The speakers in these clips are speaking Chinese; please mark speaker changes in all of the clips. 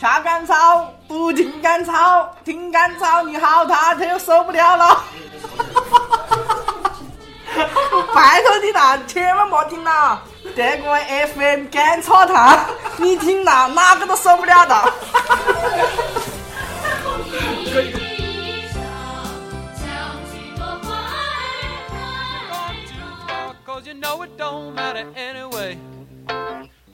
Speaker 1: 查干草，不停干草，停干草，你好他他又受不了了。 拜托你啦，千万莫听啦，这个 FM 干草他，你听啦，哪个都受不了的。
Speaker 2: Cause you know it don't matter anyway.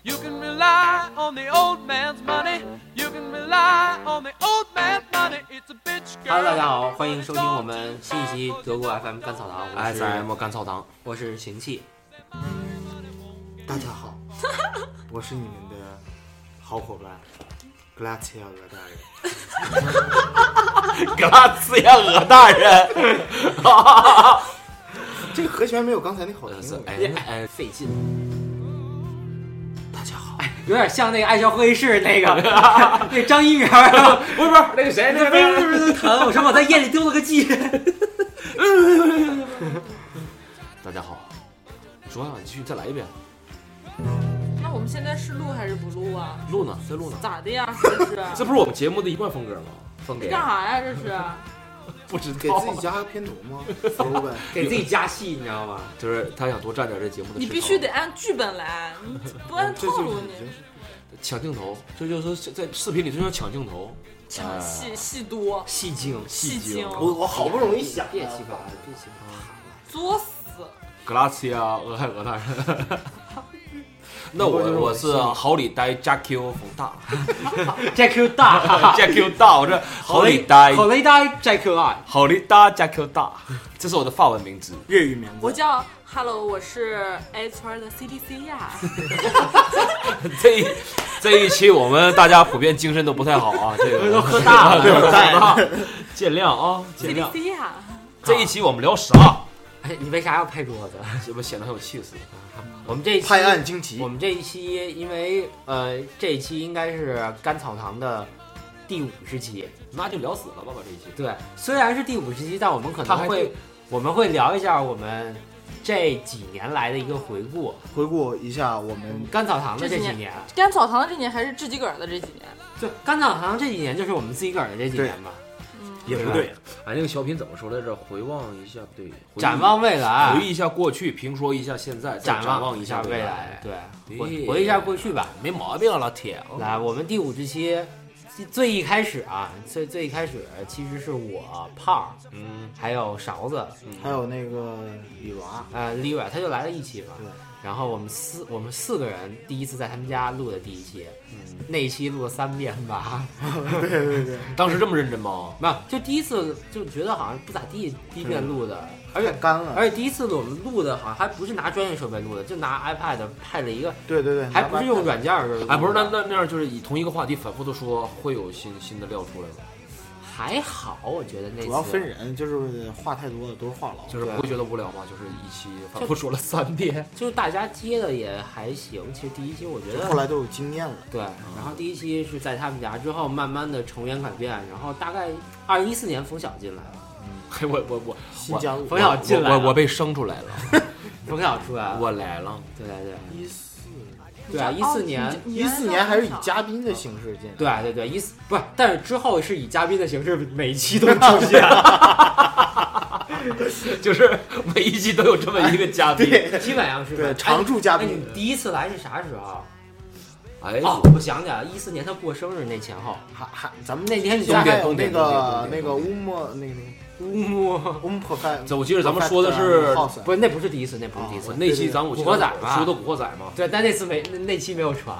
Speaker 2: You can rely on the old man's money. You can rely on the old man's money. It's a bitch girl.
Speaker 3: Hello，大家好，欢迎收听我们新一期德国 FM 甘草堂，我是
Speaker 4: SM 甘草堂，
Speaker 3: 我是邢 气，
Speaker 4: 大家好，我是你们的好伙伴 g l a c i a 鹅大人。
Speaker 3: 格拉斯亚鹅大人，
Speaker 4: 这个和弦没有刚才那好听。我觉得
Speaker 3: 哎哎费劲，
Speaker 4: 大家好，
Speaker 3: 哎有点像那个《爱笑会议室》 那个那张一鸣儿，
Speaker 4: 不是不是那个谁，那
Speaker 3: 不是不是疼，我说我在夜里丢了个 鸡，
Speaker 4: 大家好，你说呀，你继续再来一遍，
Speaker 5: 那我们现在是录还是不录啊？
Speaker 4: 录呢，在录呢，
Speaker 5: 咋的呀？这 是
Speaker 4: 这不是我们节目的一贯风格吗？
Speaker 3: 风格
Speaker 5: 干啥呀？这是
Speaker 4: 不知道给
Speaker 3: 啊
Speaker 4: 自己加个片头 吗？搜呗，
Speaker 3: 给自己加戏，你知道吗？
Speaker 6: 就是他想多占点这节目的。
Speaker 5: 你必须得按剧 本来，你不按套
Speaker 4: 这就
Speaker 5: 路
Speaker 4: 已经 是
Speaker 5: 你
Speaker 6: 抢镜头，这就是说在视频里就叫抢镜头，
Speaker 5: 抢
Speaker 4: 哎
Speaker 5: 戏戏多
Speaker 3: 戏精，
Speaker 5: 戏精，
Speaker 4: 我我好不容易想啊
Speaker 3: 别气愤，别气愤，
Speaker 5: 作死。
Speaker 6: 格拉奇啊，俄亥俄大人。那
Speaker 4: 以后就是
Speaker 6: 我
Speaker 4: 我
Speaker 6: 我是好里呆加 Q 冯大
Speaker 3: j Q 大，
Speaker 6: 加 Q 大，我这好里呆
Speaker 3: 好雷达 j Q 大，
Speaker 6: 好里呆加 Q 大，这是我的法文名字。
Speaker 4: 粤语名字，
Speaker 5: 我叫 Hello，我是 A 圈的 CDC 呀。
Speaker 6: 这一这一期我们大家普遍精神都不太好啊，这个
Speaker 3: 都喝大 了，
Speaker 6: 喝大了，见谅啊，见谅。
Speaker 5: CDC 呀，
Speaker 6: 这一期我们聊啥？
Speaker 3: 哎，你为啥要拍桌子？
Speaker 6: 这不显得很有气势？
Speaker 3: 我们这一期
Speaker 4: 拍案惊奇
Speaker 3: 我。们这一期，因为呃，这一期应该是甘草堂的第五十期。
Speaker 6: 那就聊死了吧，把这一期。
Speaker 3: 对，虽然是第五十期，但我们可
Speaker 6: 他
Speaker 3: 能
Speaker 6: 还
Speaker 3: 会
Speaker 6: 会，
Speaker 3: 我们会聊一下我们这几年来的一个回顾，
Speaker 4: 回顾一下我们
Speaker 3: 甘草堂的这
Speaker 5: 这
Speaker 3: 几
Speaker 5: 几年
Speaker 3: 年。
Speaker 5: 甘草堂的这年还是自己个儿的这几年，
Speaker 3: 就甘草堂这几年，就是我们自己个儿的这几年吧。
Speaker 4: 也
Speaker 3: 不对，
Speaker 6: 哎，那个小品怎么说来着？回望一下，对，回忆
Speaker 3: 展望未来
Speaker 6: 回，忆一下过去，评说一下现在，再
Speaker 3: 展
Speaker 6: 望
Speaker 3: 一
Speaker 6: 下
Speaker 3: 未
Speaker 6: 来。
Speaker 3: 对，回
Speaker 6: 对
Speaker 3: 回忆一下过去吧。
Speaker 6: 没毛病，啊老铁。
Speaker 3: 来，我们第五十期最最一开始啊，最最一开始其实是我胖儿
Speaker 6: 嗯，
Speaker 3: 还有勺子，
Speaker 4: 嗯还有那个李 娃，
Speaker 3: 呃，李远他就来了一期嘛。
Speaker 4: 对
Speaker 3: 然后我们四我们四个人第一次在他们家录的第一期，
Speaker 6: 嗯
Speaker 3: 那一期录了三遍吧，
Speaker 4: 对对对，
Speaker 6: 当时这么认真吗？
Speaker 3: 没有，就第一次就觉得好像不咋地，第一遍录的，而
Speaker 4: 太
Speaker 3: 且
Speaker 4: 干了，
Speaker 3: 而且第一次我们录的好像还不是拿专业设备录的，就拿 iPad 拍了一个，
Speaker 4: 对对对，
Speaker 3: 还不是用软件儿录的
Speaker 6: 哎，不是，那那那样就是以同一个话题反复的说，会有新新的料出来吗？
Speaker 3: 还好，我觉得那次
Speaker 4: 主要分，人，就是话太多了都是话痨。
Speaker 6: 就是不会觉得无聊吗？就是一期反复说了三遍。
Speaker 3: 就是大家接的也还行。其实第一期我觉得
Speaker 4: 后来都有经验了，
Speaker 3: 对，然后第一期是在他们家之后，慢慢的成员改变，然后大概二零一四年冯小进来了，
Speaker 6: 嘿，我我我
Speaker 4: 新加入
Speaker 3: 冯小进来
Speaker 6: 我
Speaker 3: 了，
Speaker 6: 我我被生出来了，
Speaker 3: 冯小出来了，
Speaker 6: 我来了。
Speaker 3: 对对对
Speaker 4: 一四
Speaker 3: 对啊，
Speaker 5: 你
Speaker 3: 一
Speaker 5: 知道
Speaker 3: 四
Speaker 5: 哦
Speaker 3: 年，
Speaker 5: 你
Speaker 4: 一四年还是以嘉宾的形式进来，
Speaker 3: 对对对一四不是，但是之后是以嘉宾的形式每一期都出 现，
Speaker 6: 就是每一期都有这么一个嘉宾。
Speaker 3: 基本上是吧
Speaker 4: 对常驻嘉
Speaker 3: 哎，
Speaker 4: 宾
Speaker 3: 你，第一次来是啥时候？
Speaker 6: 哎，
Speaker 3: 哦，我想起来了，一四年他过生日那前后，
Speaker 4: 还还咱们
Speaker 3: 那天
Speaker 4: 之前还有
Speaker 6: 冬
Speaker 4: 那
Speaker 6: 天
Speaker 4: 个
Speaker 6: 冬天冬天
Speaker 4: 那个乌莫那个
Speaker 3: 乌木
Speaker 4: 乌姆破开，
Speaker 6: 这我记得咱们说的是
Speaker 4: House
Speaker 3: 不是，那不是第一次，那不是第一
Speaker 4: 哦
Speaker 3: 次
Speaker 6: 我。那期咱们我记得
Speaker 3: 古惑仔嘛
Speaker 6: 说的《古惑仔》嘛，
Speaker 3: 对，但那次没那那期没有传，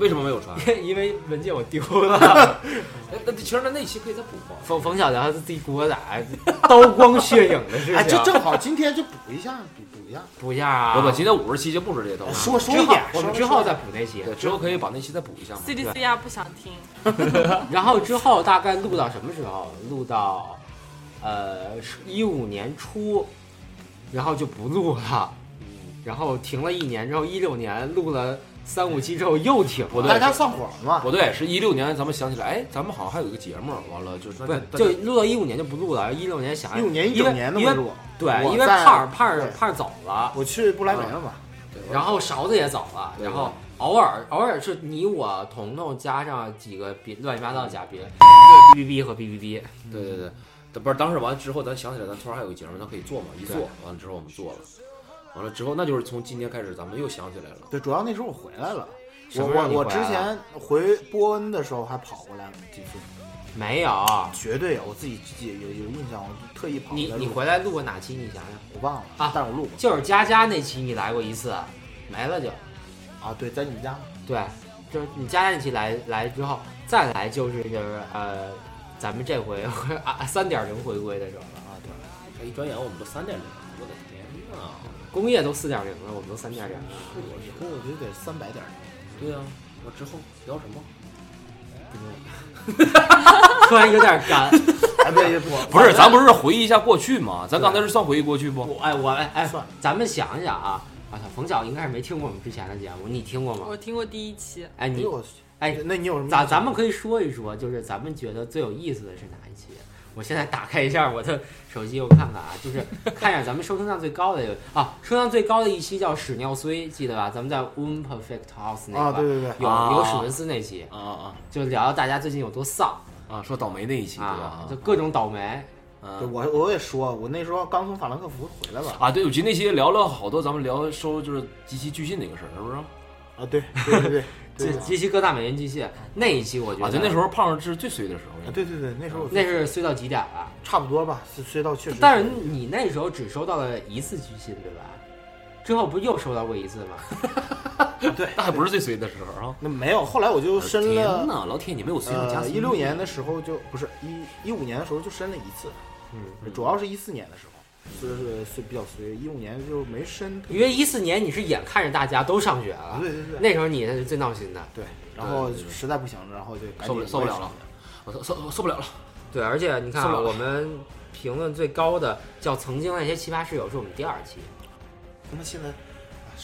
Speaker 6: 为什么没有传？
Speaker 3: 因为文件我丢了。
Speaker 6: 哎那其实那那期可以再补嘛。
Speaker 3: 冯冯小强自己古惑仔 刀光血影的事
Speaker 4: 哎，
Speaker 3: 情
Speaker 4: 这，正好今天就补一下，补补一下，
Speaker 3: 补一下啊！
Speaker 6: 不不，今天五十期就不哎说这些东西。
Speaker 4: 说说
Speaker 3: 一
Speaker 4: 吧
Speaker 3: 点，我们哦
Speaker 4: 说
Speaker 3: 之后再补那期。
Speaker 6: 对，之后可以把那期再补一下嘛。
Speaker 5: CDC 呀不想听，
Speaker 3: 然后之后大概录到什么时候？录到呃一五年初，然后就不录了，然后停了一年之后，一六年录了三五期之后又停
Speaker 6: 不
Speaker 4: 大
Speaker 3: 了。
Speaker 6: 对
Speaker 4: 家上火了嘛，
Speaker 6: 不对，是一六年，咱们想起来，哎，咱们好像还有一个节目，完了就是
Speaker 3: 不就录到一五年就不录了，一六年想
Speaker 4: 一五年一
Speaker 3: 哎因
Speaker 4: 九
Speaker 3: 为
Speaker 4: 年的
Speaker 3: 因为
Speaker 4: 录，
Speaker 3: 对，
Speaker 4: 我
Speaker 3: 因为
Speaker 4: 在
Speaker 3: 胖儿胖儿
Speaker 4: 对
Speaker 3: 胖儿走了，嗯
Speaker 4: 我去不来梅了嘛，
Speaker 3: 然后勺子也走了，然后偶尔偶尔是你我彤彤加上几个别乱七八糟的嘉宾，对哔哔哔和哔哔哔，
Speaker 6: 对对对，不是当时完了之后，咱想起来，咱突然还有个节目，咱可以做嘛？一做完了之后，我们做了，完了之后，那就是从今天开始，咱们又想起来了。
Speaker 4: 对，主要那时候我回来了，
Speaker 3: 什
Speaker 4: 我
Speaker 3: 么时候
Speaker 4: 我
Speaker 3: 你
Speaker 4: 我
Speaker 3: 回
Speaker 4: 之
Speaker 3: 来
Speaker 4: 前回波恩的时候还跑过来几次，
Speaker 3: 没有
Speaker 4: 绝对有，我自己也有有印象，我特意跑过
Speaker 3: 你
Speaker 4: 来录。
Speaker 3: 你回来录过哪期？你想想，
Speaker 4: 我忘了
Speaker 3: 啊
Speaker 4: 但是我录过
Speaker 3: 就是佳佳那期你来过一次，没了就
Speaker 4: 啊，对，在你们家
Speaker 3: 对，就是你佳佳那期来来之后，再来就是就是呃，咱们这回啊三点零回归的时候了，
Speaker 4: 啊，对，
Speaker 6: 哎一转眼我们都三点零，我的天呐！
Speaker 3: 工业都四点零了，我们都三点零了，
Speaker 4: 以后我觉得得三百点儿，
Speaker 6: 对啊，我之后聊什么？
Speaker 3: 突然有点干。啊
Speaker 4: 哎， 别别不，
Speaker 6: 不是，咱不是回忆一下过去吗？咱刚才是算回忆过去不？
Speaker 3: 我哎我哎哎
Speaker 4: 算了，
Speaker 3: 咱们想一想啊，我操，冯小应该是没听过我们之前的节目，你听过吗
Speaker 5: 我？听过第一期，
Speaker 3: 哎
Speaker 4: 哎
Speaker 3: 你
Speaker 4: 呦我去，
Speaker 3: 哎，
Speaker 4: 那你有什么？
Speaker 3: 咱咱们可以说一说，就是咱们觉得最有意思的是哪一期？我现在打开一下我的手机，我看看啊，就是看一下咱们收听量最高的有 啊，收听量最高的一期叫屎尿虽，记得吧？咱们在 One Perfect House 那个、
Speaker 4: 啊，对对对，
Speaker 3: 有
Speaker 6: 啊
Speaker 3: 有史文斯那期，
Speaker 6: 啊啊
Speaker 3: 就聊聊大家最近有多丧
Speaker 6: 啊啊！说倒霉那一期对
Speaker 3: 啊
Speaker 6: 吧，？
Speaker 3: 就各种倒霉。
Speaker 6: 啊
Speaker 4: 对我我也说，我那时候刚从法兰克福回来吧，
Speaker 6: 啊，对，我记得那期聊了好多，咱们聊收就是极其巨信那个事儿，是不是？
Speaker 4: 啊，对 对对对
Speaker 3: 这
Speaker 4: 对对啊
Speaker 3: 极其各大美人巨蟹那一期，我觉得、
Speaker 6: 啊，对，那时候胖上是最衰的时候。
Speaker 4: 啊对对对，那时候我
Speaker 3: 那是衰到极点了。
Speaker 4: 差不多吧，隧隧道确实，
Speaker 3: 但是你那时候只收到了一次拒信，对吧？之后不又收到过一次 吗？
Speaker 4: 对，
Speaker 6: 那还不是最衰的时候啊！
Speaker 4: 那没有，后来我就申
Speaker 6: 天
Speaker 4: 呃了，
Speaker 6: 呐，老铁，你没有随上加
Speaker 4: 呃，
Speaker 6: 速
Speaker 4: 一六年的时候就不是一一五年的时候就申了一次，嗯，主要是一四年的时候。就是是比较随，一五年就没申特别
Speaker 3: 因为一四年你是眼看着大家都上学了，
Speaker 4: 对对对
Speaker 3: 那时候你才是最闹心的。
Speaker 4: 对，然后实在不行，然后就赶紧
Speaker 6: 受不了，受不了了，我受受受不了了。
Speaker 3: 对，而且你看、
Speaker 6: 算
Speaker 3: 啊，
Speaker 6: 了吧
Speaker 3: 我们评论最高的叫“曾经那些奇葩室友”是我们第二期，
Speaker 4: 他妈现在，啊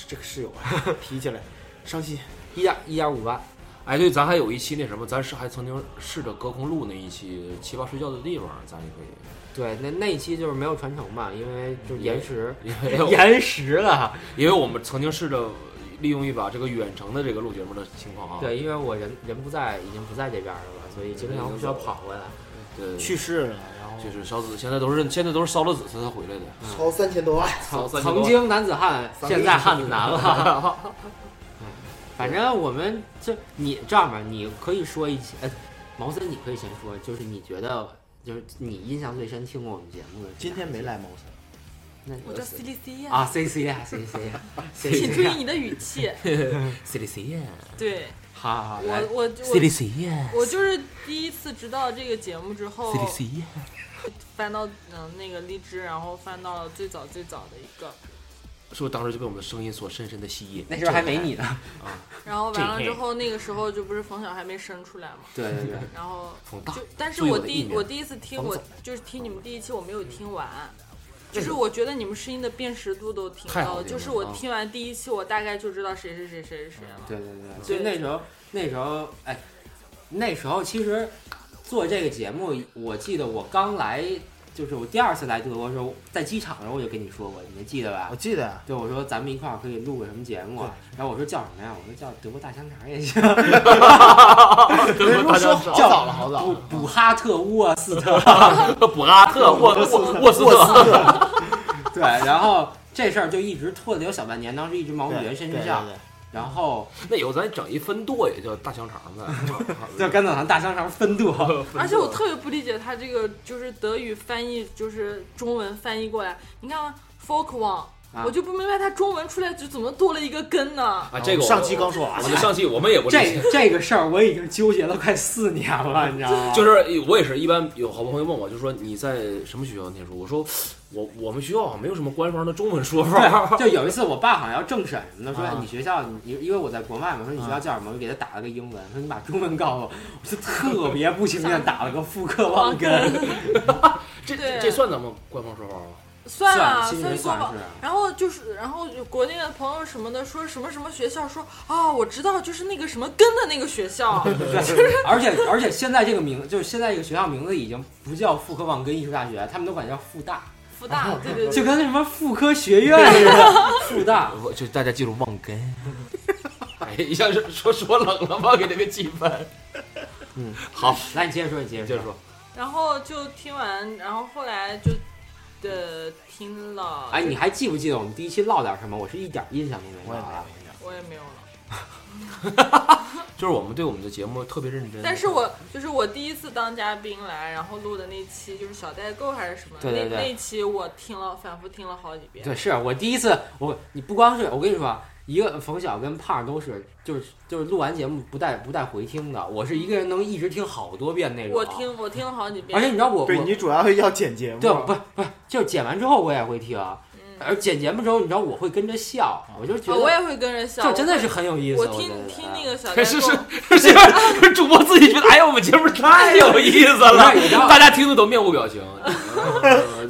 Speaker 4: 这个室友 啊，提起来伤心。
Speaker 3: 一点一点五万。
Speaker 6: 哎，对，咱还有一期那什么，咱是还曾经试着隔空录那一期奇葩睡觉的地方，咱也可以，
Speaker 3: 对，那那一期就是没有传承嘛，因为就是延时，
Speaker 6: 因为
Speaker 3: 延时了。
Speaker 6: 因为我们曾经试着利用一把这个远程的这个录节目的情况啊，
Speaker 3: 对，因为我人人不在，已经不在这边了嘛，所以经常需要跑回来。
Speaker 6: 对，
Speaker 4: 去世了，然后
Speaker 6: 就是烧子，现在都是现在都是烧了子才回来的。
Speaker 4: 超三千多万，
Speaker 3: 曾
Speaker 6: 三千
Speaker 3: 曾
Speaker 6: 多
Speaker 3: 经男子汉，
Speaker 4: 三
Speaker 3: 现
Speaker 4: 个
Speaker 3: 在
Speaker 4: 亿
Speaker 3: 汉子难了。 嗯反正我们就你这样吧，你可以说一些，呃，毛森你可以先说，就是你觉得就是你印象最深听过我们节目的是哪一期，
Speaker 4: 今天没来毛森，
Speaker 3: 那个
Speaker 5: 我叫 CDC 呀、
Speaker 3: 啊，C C 呀，C C 呀，C
Speaker 5: 请
Speaker 3: C
Speaker 5: 注意
Speaker 3: 呀
Speaker 5: 你的语 气。
Speaker 6: C D C 呀
Speaker 5: 对
Speaker 3: 好好好，
Speaker 5: 我
Speaker 3: 来，
Speaker 5: 我
Speaker 6: ，C D
Speaker 5: 我
Speaker 6: C 呀
Speaker 5: 我就是第一次知道这个节目之后
Speaker 6: ，C，D C 呀，
Speaker 5: 翻到嗯、那个荔枝，然后翻到了最早最早的一个，
Speaker 6: 是不是当时就被我们的声音所深深的吸引？
Speaker 3: 那时候还没你呢，
Speaker 5: 然后完了之后，那个时候就不是冯小还没生出来嘛，
Speaker 3: 对对对，
Speaker 5: 然后
Speaker 6: 从大
Speaker 5: 就，但是
Speaker 6: 最有
Speaker 5: 我
Speaker 6: 啊的
Speaker 5: 第
Speaker 6: 一
Speaker 5: 一
Speaker 6: 面
Speaker 5: 我第一次听，
Speaker 6: 冯
Speaker 5: 我
Speaker 6: 总
Speaker 5: 就是听你们第一期，我没有听完，
Speaker 3: 这
Speaker 5: 就
Speaker 3: 个
Speaker 5: 是我觉得你们声音的辨识度都挺
Speaker 6: 太
Speaker 5: 高
Speaker 6: 好
Speaker 5: 的，
Speaker 6: 听
Speaker 5: 就
Speaker 6: 了
Speaker 5: 是我
Speaker 6: 啊
Speaker 5: 听完第一期，我大概就知道谁是谁谁是谁
Speaker 4: 啊
Speaker 5: 了。
Speaker 3: 对对对，所以那时候那时候哎，那时候其实做这个节目，我记得我刚来，就是我第二次来德国的时候，在机场的时候我就跟你说过，你还记得吧
Speaker 4: 我？记得
Speaker 3: 对，我说咱们一块儿可以录个什么节目啊，然后我说叫什么呀？我说叫德国大香肠也行，
Speaker 4: 德国大香肠好早了好早
Speaker 3: 布
Speaker 4: 了
Speaker 3: 布哈特沃斯 特，
Speaker 6: 布拉特沃沃沃斯特，
Speaker 3: 对，然后这事儿就一直拖了有小半年，当时一直忙于
Speaker 4: 对
Speaker 3: 原
Speaker 4: 对
Speaker 3: 身
Speaker 4: 对
Speaker 3: 上，然后
Speaker 6: 那以后咱整一分舵也叫大香肠呗，
Speaker 3: 就甘草堂大香肠分 舵，
Speaker 5: 而且我特别不理解他这个就是德语翻译，就是中文翻译过来，你看 folk one，、
Speaker 3: 啊
Speaker 5: 我就不明白他中文出来就怎么多了一个根呢？
Speaker 6: 啊，这个我
Speaker 4: 上期刚说完
Speaker 6: 我，们上期我们也不理
Speaker 3: 这
Speaker 6: 解，
Speaker 3: 这个事儿我已经纠结了快四年了，你知道吗？
Speaker 6: 就是我也是一般有好多朋友问我，就说你在什么学校念书？我说我我们学校好像没有什么官方的中文说法。
Speaker 3: 对，就有一次我爸好像要政审什么的，说、
Speaker 6: 啊
Speaker 3: 你学校你因为我在国外嘛，说你学校叫什么，我给他打了个英文，说你把中文告诉我， 我就特别不情愿打了个复刻忘根，
Speaker 6: 这
Speaker 5: 对
Speaker 6: 这算咱们官方说法吗？
Speaker 5: 算
Speaker 3: 算
Speaker 5: 了，
Speaker 3: 新
Speaker 5: 所
Speaker 3: 人
Speaker 5: 以说
Speaker 3: 算
Speaker 5: 吧
Speaker 3: 是。。啊
Speaker 5: 然后就是，然后有国内的朋友什么的说什么什么学校，说啊、我知道，就是那个什么根的那个 学校。
Speaker 3: 而且而且现在这个名，就是现在这个学校名字已经不叫复科旺根艺术大学，他们都管叫复大。
Speaker 5: 复大，对对
Speaker 3: 就
Speaker 5: 对，
Speaker 3: 跟那什么妇科学院似的，复大。
Speaker 7: 我就大家记住忘根，
Speaker 6: 哎，一下是说说冷了吗？给这个气氛。
Speaker 3: 好，嗯来你接着说，你接着
Speaker 6: 接着说。
Speaker 5: 然后就听完，然后后来就的听了，
Speaker 3: 哎，你还记不记得我们第一期唠点什么？我是一点印象都没有啊。
Speaker 5: 我也没有了。
Speaker 6: 就是我们对我们的节目特别认真，
Speaker 5: 但是我就是我第一次当嘉宾来，然后录的那期就是小代购还是什么，
Speaker 3: 对对对
Speaker 5: 那那期我听了反复听了好几遍。
Speaker 3: 对，是我第一次，我你不光是我跟你说啊，一个冯小跟胖都是，就是就是录完节目不带不带回听的，我是一个人能一直听好多遍那种。
Speaker 5: 我，听我听了好几遍，
Speaker 3: 而且你知道我
Speaker 4: 对
Speaker 3: 我
Speaker 4: 你主要要剪节目，
Speaker 3: 对，不是不是，就是剪完之后我也会听，而剪节目之后，你知道我会跟着笑，我就觉
Speaker 5: 啊我
Speaker 3: 得
Speaker 5: 也会跟着笑，
Speaker 3: 这真的是很有意思。
Speaker 5: 我
Speaker 3: 我
Speaker 5: 听
Speaker 3: 觉得啊
Speaker 5: 听那个小代
Speaker 6: 是
Speaker 5: 购
Speaker 6: 是，是主播自己觉得，哎呀，我们节目太有意思了
Speaker 3: 不是你知，道
Speaker 6: 大家听得都面无表情。嗯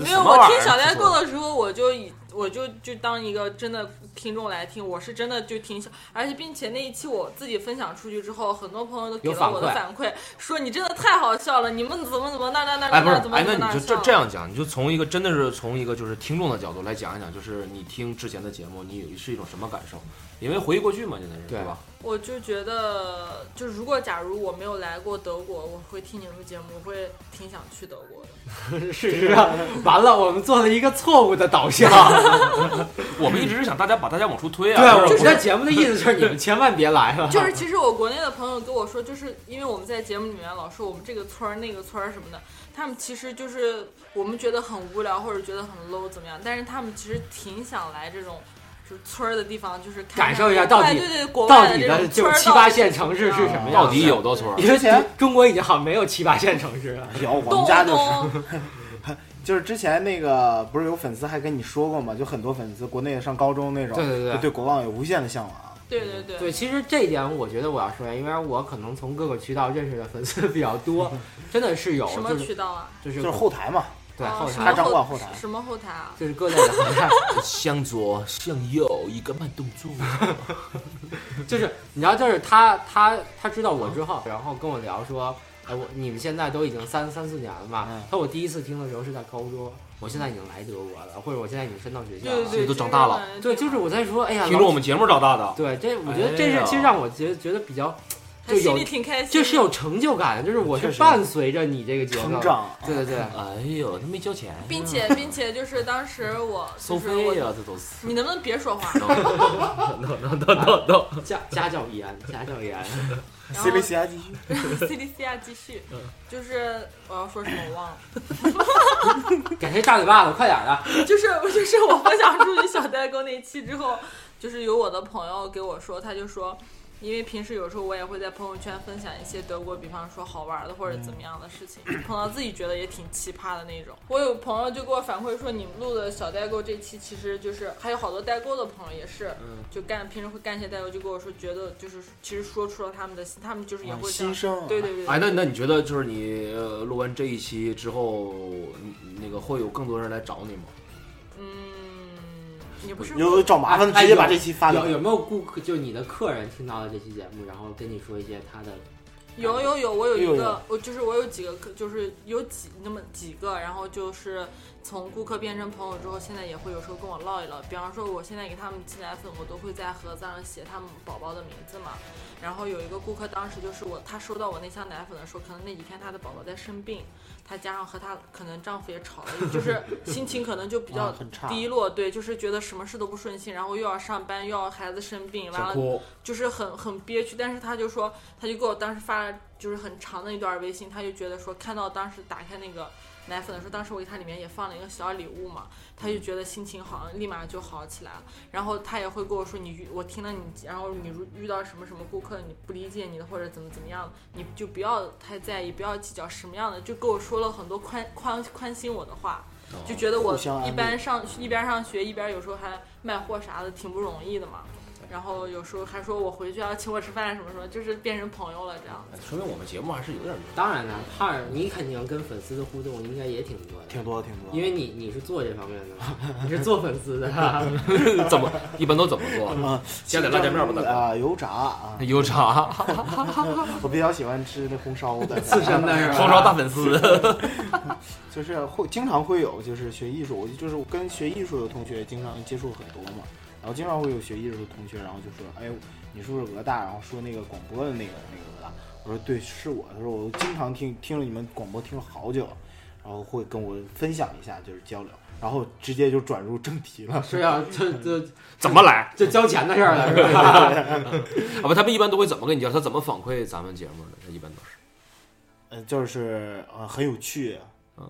Speaker 5: 没有，我听小代购，的时候，我就以我就就当一个真的听众来听，我是真的就听小，而且并且那一期我自己分享出去之后，很多朋友都给
Speaker 3: 有
Speaker 5: 了
Speaker 3: 反
Speaker 5: 我的
Speaker 3: 馈
Speaker 5: 反馈，说你真的太好笑了，你们怎么怎么那那那
Speaker 7: 哎，不是
Speaker 5: 那那怎，么
Speaker 7: 哎，
Speaker 5: 怎
Speaker 7: 那
Speaker 5: 么那
Speaker 7: 你就
Speaker 5: 笑啊
Speaker 7: 这这样讲，你就从一个真的是从一个就是听众的角度来讲一讲，就是你听之前的节目，你有是一种什么感受？因为回忆过去嘛，现在是
Speaker 3: 对
Speaker 7: 对吧？
Speaker 5: 我就觉得，就如果假如我没有来过德国，我会听你们的节目，我会挺想去德国的。
Speaker 3: 事实上，完了，我们做了一个错误的导向。
Speaker 7: 我们一直是想大家把大家往出推啊，
Speaker 3: 对，我
Speaker 7: 就
Speaker 3: 们
Speaker 7: 是
Speaker 3: 在节目的意思是你们千万别来了。
Speaker 5: 就是其实我国内的朋友跟我说，就是因为我们在节目里面老说我们这个村儿那个村儿什么的，他们其实就是我们觉得很无聊或者觉得很 low 怎么样，但是他们其实挺想来这种就是村儿的地方，就是看
Speaker 3: 感受一下
Speaker 5: 国
Speaker 3: 到
Speaker 5: 外
Speaker 3: 底
Speaker 5: 对对对国
Speaker 3: 到
Speaker 5: 外
Speaker 3: 底
Speaker 5: 这
Speaker 3: 的
Speaker 5: 种
Speaker 3: 就
Speaker 5: 村儿
Speaker 3: 是七八线城市是什么样？
Speaker 7: 到底有多村儿？
Speaker 3: 你说前中国已经好像没有七八线城市了，
Speaker 4: 有我
Speaker 5: 东
Speaker 4: 们家就是。
Speaker 5: 东
Speaker 4: 就是之前那个不是有粉丝还跟你说过吗？就很多粉丝国内上高中那种，
Speaker 3: 对对对
Speaker 4: 就对国望有无限的向往。啊
Speaker 5: 对对对
Speaker 3: 对，其实这一点我觉得我要说一下，因为我可能从各个渠道认识的粉丝比较 多，真的是有，
Speaker 5: 什么
Speaker 3: 就是
Speaker 5: 渠道啊？
Speaker 3: 就是
Speaker 4: 就是后台嘛，
Speaker 3: 对
Speaker 5: 啊
Speaker 3: 后
Speaker 5: 什么
Speaker 4: 他
Speaker 3: 台，
Speaker 4: 掌管后台
Speaker 5: 什么后台啊？
Speaker 3: 就是各类的后台，
Speaker 7: 向左向右一个慢动作，
Speaker 3: 就是你知道，就是他他他知道我之后，然后跟我聊说，哎，我你们现在都已经三三四年了嘛
Speaker 4: 嗯？
Speaker 3: 他说我第一次听的时候是在高中，我现在已经来德国了，或者我现在已经升到学校
Speaker 5: 对
Speaker 3: 了，
Speaker 5: 对对，
Speaker 7: 都长大了
Speaker 3: 对，就是我在说，哎呀，
Speaker 7: 听着我们节目长大的
Speaker 3: 老。对这，我觉得
Speaker 7: 哎
Speaker 3: 这是
Speaker 7: 呀
Speaker 3: 其实让我觉得觉得比较，
Speaker 5: 他
Speaker 3: 就有
Speaker 5: 心里挺开心，
Speaker 3: 这是有成就感的，就是我是
Speaker 4: 确实
Speaker 3: 伴随着你这个节奏
Speaker 4: 成，长。
Speaker 3: 对对对。
Speaker 7: 哎呦，他没交钱，
Speaker 5: 并且
Speaker 3: 嗯
Speaker 5: 并且就是当时 我
Speaker 7: 收
Speaker 5: 就是
Speaker 7: 费
Speaker 5: 我，
Speaker 7: 呀，这都是。
Speaker 5: 你能不能别说 话？
Speaker 3: 家家教一安，家教一安。
Speaker 5: 然后
Speaker 4: C 位 C 继续，
Speaker 5: CDC 啊，继续，
Speaker 3: 嗯
Speaker 5: 就是我要说什么我忘了，
Speaker 3: 给谁大嘴巴子，快点的！
Speaker 5: 就是就是我分享出去小代购那期之后，就是有我的朋友给我说，他就说。因为平时有时候我也会在朋友圈分享一些德国，比方说好玩的或者怎么样的事情，碰到自己觉得也挺奇葩的那种。我有朋友就给我反馈说，你们录的小代购这期其实就是还有好多代购的朋友也是，就干平时会干一些代购，就跟我说觉得就是其实说出了他们的心，他们就是也会这
Speaker 4: 新
Speaker 5: 样
Speaker 4: 生。啊
Speaker 5: 对对对，
Speaker 6: 啊
Speaker 7: 哎，那那 你觉得就是你呃录完这一期之后，你那个会有更多人来找你吗？
Speaker 5: 嗯，也不是
Speaker 4: 有有找麻烦的，直接把这期发
Speaker 3: 哎有
Speaker 4: 了。
Speaker 3: 有没有顾客，就是你的客人听到了这期节目，然后跟你说一些他的
Speaker 5: 有有有，我有
Speaker 4: 有
Speaker 5: 一个
Speaker 4: 有，
Speaker 5: 我就是我有几个客，就是有几那么几个，然后就是从顾客变成朋友之后，现在也会有时候跟我唠一唠。比方说，我现在给他们寄奶粉，我都会在盒子上写他们宝宝的名字嘛。然后有一个顾客当时就是我，他收到我那箱奶粉的时候，可能那几天他的宝宝在生病，他加上和他可能丈夫也吵了，就是心情可能就比较
Speaker 4: 啊很差
Speaker 5: 低落，对，就是觉得什么事都不顺心，然后又要上班，又要孩子生病，完了
Speaker 7: 哭，
Speaker 5: 就是很很憋屈，但是他就说，他就给我当时发了就是很长的一段微信，他就觉得说看到当时打开那个奶粉的时候，当时我给他里面也放了一个小礼物嘛，他
Speaker 6: 嗯
Speaker 5: 就觉得心情好像立马就好起来了。然后他也会跟我说你遇我听了你，然后你如遇到什么什么顾客你不理解你的或者怎么怎么样，你就不要太在意，不要计较什么样的，就跟我说了很多宽宽宽心我的话。
Speaker 6: 哦
Speaker 5: 就觉得我
Speaker 4: 互相安慰
Speaker 5: 一边上一边上学，一边有时候还卖货啥的，挺不容易的嘛。然后有时候还说我回去要请我吃饭什么什么，就是变成朋友了这样。
Speaker 6: 哎说明我们节目还是有点用。
Speaker 3: 当然了，胖儿，你肯定跟粉丝的互动应该也挺多的，
Speaker 4: 挺多的，挺多的。
Speaker 3: 因为你你是做这方面的嘛， 你是做粉丝的，
Speaker 7: 怎么一般都怎么 做？
Speaker 4: 啊，
Speaker 6: 加点辣椒面吧大哥
Speaker 4: 啊，油炸啊，
Speaker 7: 油炸、
Speaker 4: 我比较喜欢吃那红烧的，
Speaker 3: 刺身的是吧？
Speaker 7: 红烧大粉丝，
Speaker 4: 就是会经常会有，就是学艺术，我就是我跟学艺术的同学经常接触很多嘛，然后经常会有学艺术的同学，然后就说，哎，你是不是俄大？然后说那个广播的那个那个俄大，我说对，是我。他说我经常听听了你们广播听了好久，然后会跟我分享一下，就是交流，然后直接就转入正题了。
Speaker 3: 是要就就
Speaker 7: 怎么来？
Speaker 3: 就交钱的事儿了，是吧？
Speaker 7: 啊不，他们一般都会怎么跟你交流？他怎么反馈咱们节目的？他一般都是
Speaker 4: 呃，就是呃很有趣，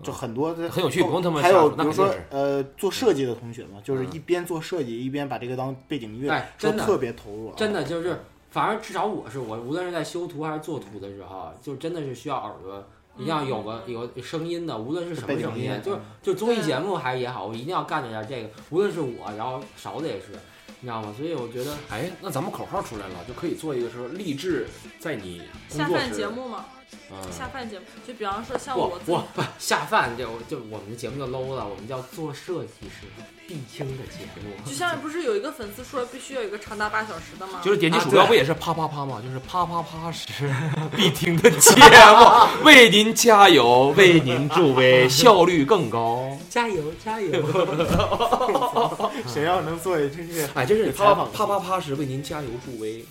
Speaker 4: 就很多的
Speaker 7: 很有趣不用他们
Speaker 4: 还有
Speaker 7: 瞎说
Speaker 4: 比
Speaker 7: 那
Speaker 4: 如
Speaker 7: 肯
Speaker 4: 说
Speaker 7: 定是
Speaker 4: 呃做设计的同学嘛，就是
Speaker 7: 嗯
Speaker 4: 一边做设计一边把这个当背景音乐
Speaker 3: 哎，
Speaker 4: 都
Speaker 3: 真的
Speaker 4: 特别投入，啊
Speaker 3: 真
Speaker 4: 的。
Speaker 3: 的就是，反正至少我是我，无论是在修图还是做图的时候，啊就真的是需要耳朵，一定要有个有个声音的，无论是什么声
Speaker 4: 背景音
Speaker 3: 音
Speaker 4: 乐，嗯
Speaker 3: 就是就综艺节目还也好，我一定要干一下这个，无论是我，然后勺子也是，你知道吗？所以我觉得
Speaker 6: 哎，那咱们口号出来了，就可以做一个说励志，在你工
Speaker 5: 下
Speaker 6: 作
Speaker 5: 饭
Speaker 6: 时
Speaker 5: 节，目嘛，
Speaker 6: 嗯，
Speaker 5: 下饭节目就比方说像
Speaker 3: 我
Speaker 5: 我自己
Speaker 3: 我不下饭就就我们的节目就 low 了，我们叫做设计师必听的节
Speaker 5: 就
Speaker 3: 目。
Speaker 5: 像不是有一个粉丝说必须有一个长达八小时的吗？
Speaker 7: 就是点击
Speaker 3: 啊
Speaker 7: 哎鼠标
Speaker 3: 对
Speaker 7: 不也是啪啪啪吗？就是啪啪啪时必听的节目，为您加油，为您助威，效率更高。
Speaker 3: 加油加油！
Speaker 4: 谁要能做也真是
Speaker 6: 哎，真是
Speaker 4: 有
Speaker 6: 啪
Speaker 4: 采访
Speaker 6: 啪啪啪是为您加油助威。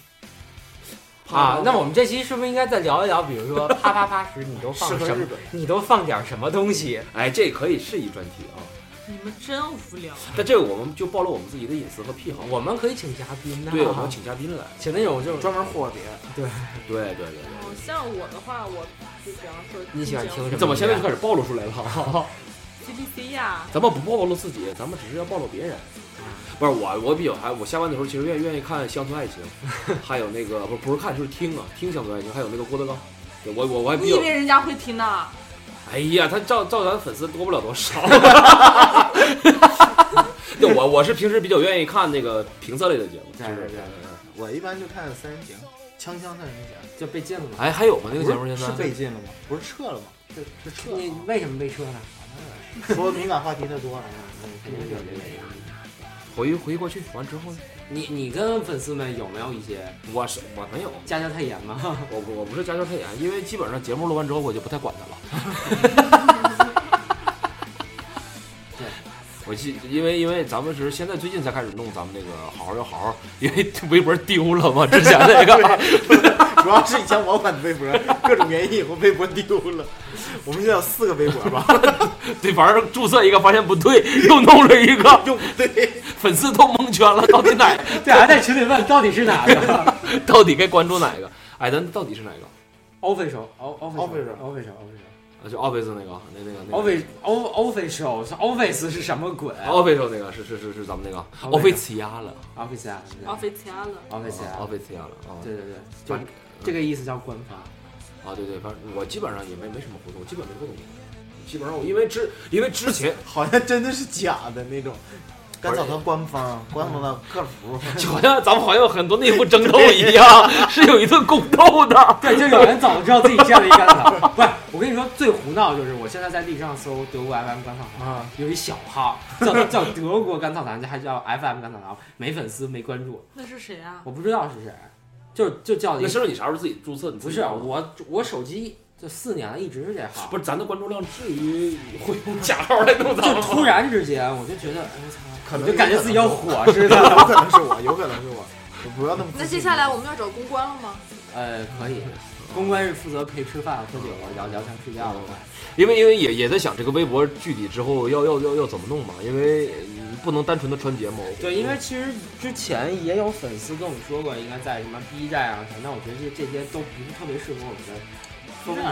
Speaker 3: 啊，那我们这期是不是应该再聊一聊？比如 说啪啪啪时，你都
Speaker 4: 适
Speaker 3: 放
Speaker 4: 合
Speaker 3: 什
Speaker 4: 日
Speaker 3: 么
Speaker 4: 本？
Speaker 3: 你都放点什么东西？
Speaker 6: 哎，这可以是一专题啊，
Speaker 5: 你们真无聊。
Speaker 6: 但这个我们就暴露我们自己的隐私和癖好。
Speaker 3: 我们可以请嘉宾啊呐、
Speaker 6: 对，我们请嘉宾来。
Speaker 3: 请那种就是
Speaker 4: 专门霍别人。
Speaker 6: 对对对
Speaker 5: 嗯像我的话，我就比方说
Speaker 3: 你喜欢听什
Speaker 6: 对，
Speaker 3: 么？
Speaker 6: 怎么现在就开始暴露出来了？
Speaker 5: CDC 呀、
Speaker 6: 咱们不暴露自己，咱们只是要暴露别人。不是我，我比较还我下班的时候其实愿愿意看《乡村爱情》，还有那个不不是看就是听啊，听《乡村爱情》，还有那个郭德纲。对我我我还比
Speaker 5: 你
Speaker 6: 较
Speaker 5: 以，为人家会听呢？
Speaker 6: 哎呀，他照照咱粉丝多不了 多少。那我我是平时比较愿意看那个评测类的节目，就
Speaker 3: 对对
Speaker 6: 是
Speaker 3: 对
Speaker 4: 我一般就看三人行，锵锵三人行。
Speaker 3: 就被禁了嘛？
Speaker 7: 哎，还有吗？那
Speaker 4: 这
Speaker 7: 个节目现
Speaker 4: 是
Speaker 7: 在
Speaker 4: 被禁了吗？不是撤了吗？是是撤
Speaker 3: 你
Speaker 4: 了
Speaker 3: 为什么被撤呢？
Speaker 4: 啊。说敏感话题太多了，啊肯定有这个。
Speaker 7: 回回过去完之后呢？
Speaker 3: 你你跟粉丝们有没有一些
Speaker 6: 我是我没有，
Speaker 3: 家教太严吗？
Speaker 6: 我我不是家教太严，啊因为基本上节目录完之后我就不太管他了。
Speaker 3: 对，
Speaker 6: 我记，因为因为咱们是现在最近才开始弄咱们那个好好要好好，因为微博丢了嘛，之前 那个
Speaker 4: 主要是以前我管微博，各种原因，我微博丢了。我们现在有四个微博吧，
Speaker 6: 对，反正注册一个发现不对，又弄了一个，
Speaker 4: 用不对。
Speaker 6: 粉丝都蒙圈了，到底哪
Speaker 3: 对，还在群里问到底是哪 个
Speaker 6: 到底该关注哪个？哎，咱到底是哪个？
Speaker 3: ？official o- official
Speaker 4: official
Speaker 3: official
Speaker 6: 啊就 office 那个，那那个那
Speaker 3: official
Speaker 6: 个
Speaker 3: office o- official 是 office 是什么鬼啊
Speaker 6: office 那个是是是是咱们那个
Speaker 3: Office
Speaker 6: office 压了
Speaker 3: office 啊
Speaker 5: 奥
Speaker 6: 哦
Speaker 5: 菲齐亚了，
Speaker 3: office 啊，
Speaker 6: ，office 压了啊。
Speaker 3: 对对对，就
Speaker 6: 反
Speaker 3: 这个意思叫官方。
Speaker 6: 啊，对对，反正我基本上也没没什么活动，基本没 活动。基本上我因为之因为之前
Speaker 4: 好像真的是假的那种。甘草堂官方，官方的客服，
Speaker 6: 就好像咱们好像有很多内部争斗一 样，是有一顿宫斗的。
Speaker 3: 对，就有人早知道自己这样一干了。 不是，我跟你说，最胡闹就是我现在在地上搜德国 FM 甘草堂，
Speaker 6: 啊
Speaker 3: 有一小号叫叫德国甘草堂，还叫 FM 甘草堂，没粉丝没关注，
Speaker 5: 那是谁啊？
Speaker 3: 我不知道是谁，就就叫一
Speaker 6: 那
Speaker 3: 个
Speaker 6: 是不是你啥啊时候自己注册？你
Speaker 3: 不
Speaker 6: 自己
Speaker 3: 是
Speaker 6: 弄的
Speaker 3: 我我手机这四年了，一直是这号，
Speaker 6: 不是咱的关注量至于会用假号来弄 咱
Speaker 3: 就
Speaker 6: 们
Speaker 3: 突
Speaker 6: 吗？
Speaker 3: 然之间我就觉得，哎我操，
Speaker 4: 可能
Speaker 3: 我就感觉自己要火似
Speaker 4: 有
Speaker 3: 的。
Speaker 4: 可能是我，有可能是我，我不要那么。
Speaker 5: 那接下来我们要找公关了吗？
Speaker 3: 呃，可以，公关是负责陪吃饭、喝酒、聊聊天、睡觉的嘛。
Speaker 7: 因为因为也也在想这个微博具体之后要要要要怎么弄嘛，因为嗯不能单纯的穿睫毛。
Speaker 3: 对，因为其实之前也有粉丝跟我们说过，应该在什么 B 站啊啥，但我觉得这这些都不是特别适合我们的
Speaker 4: 风格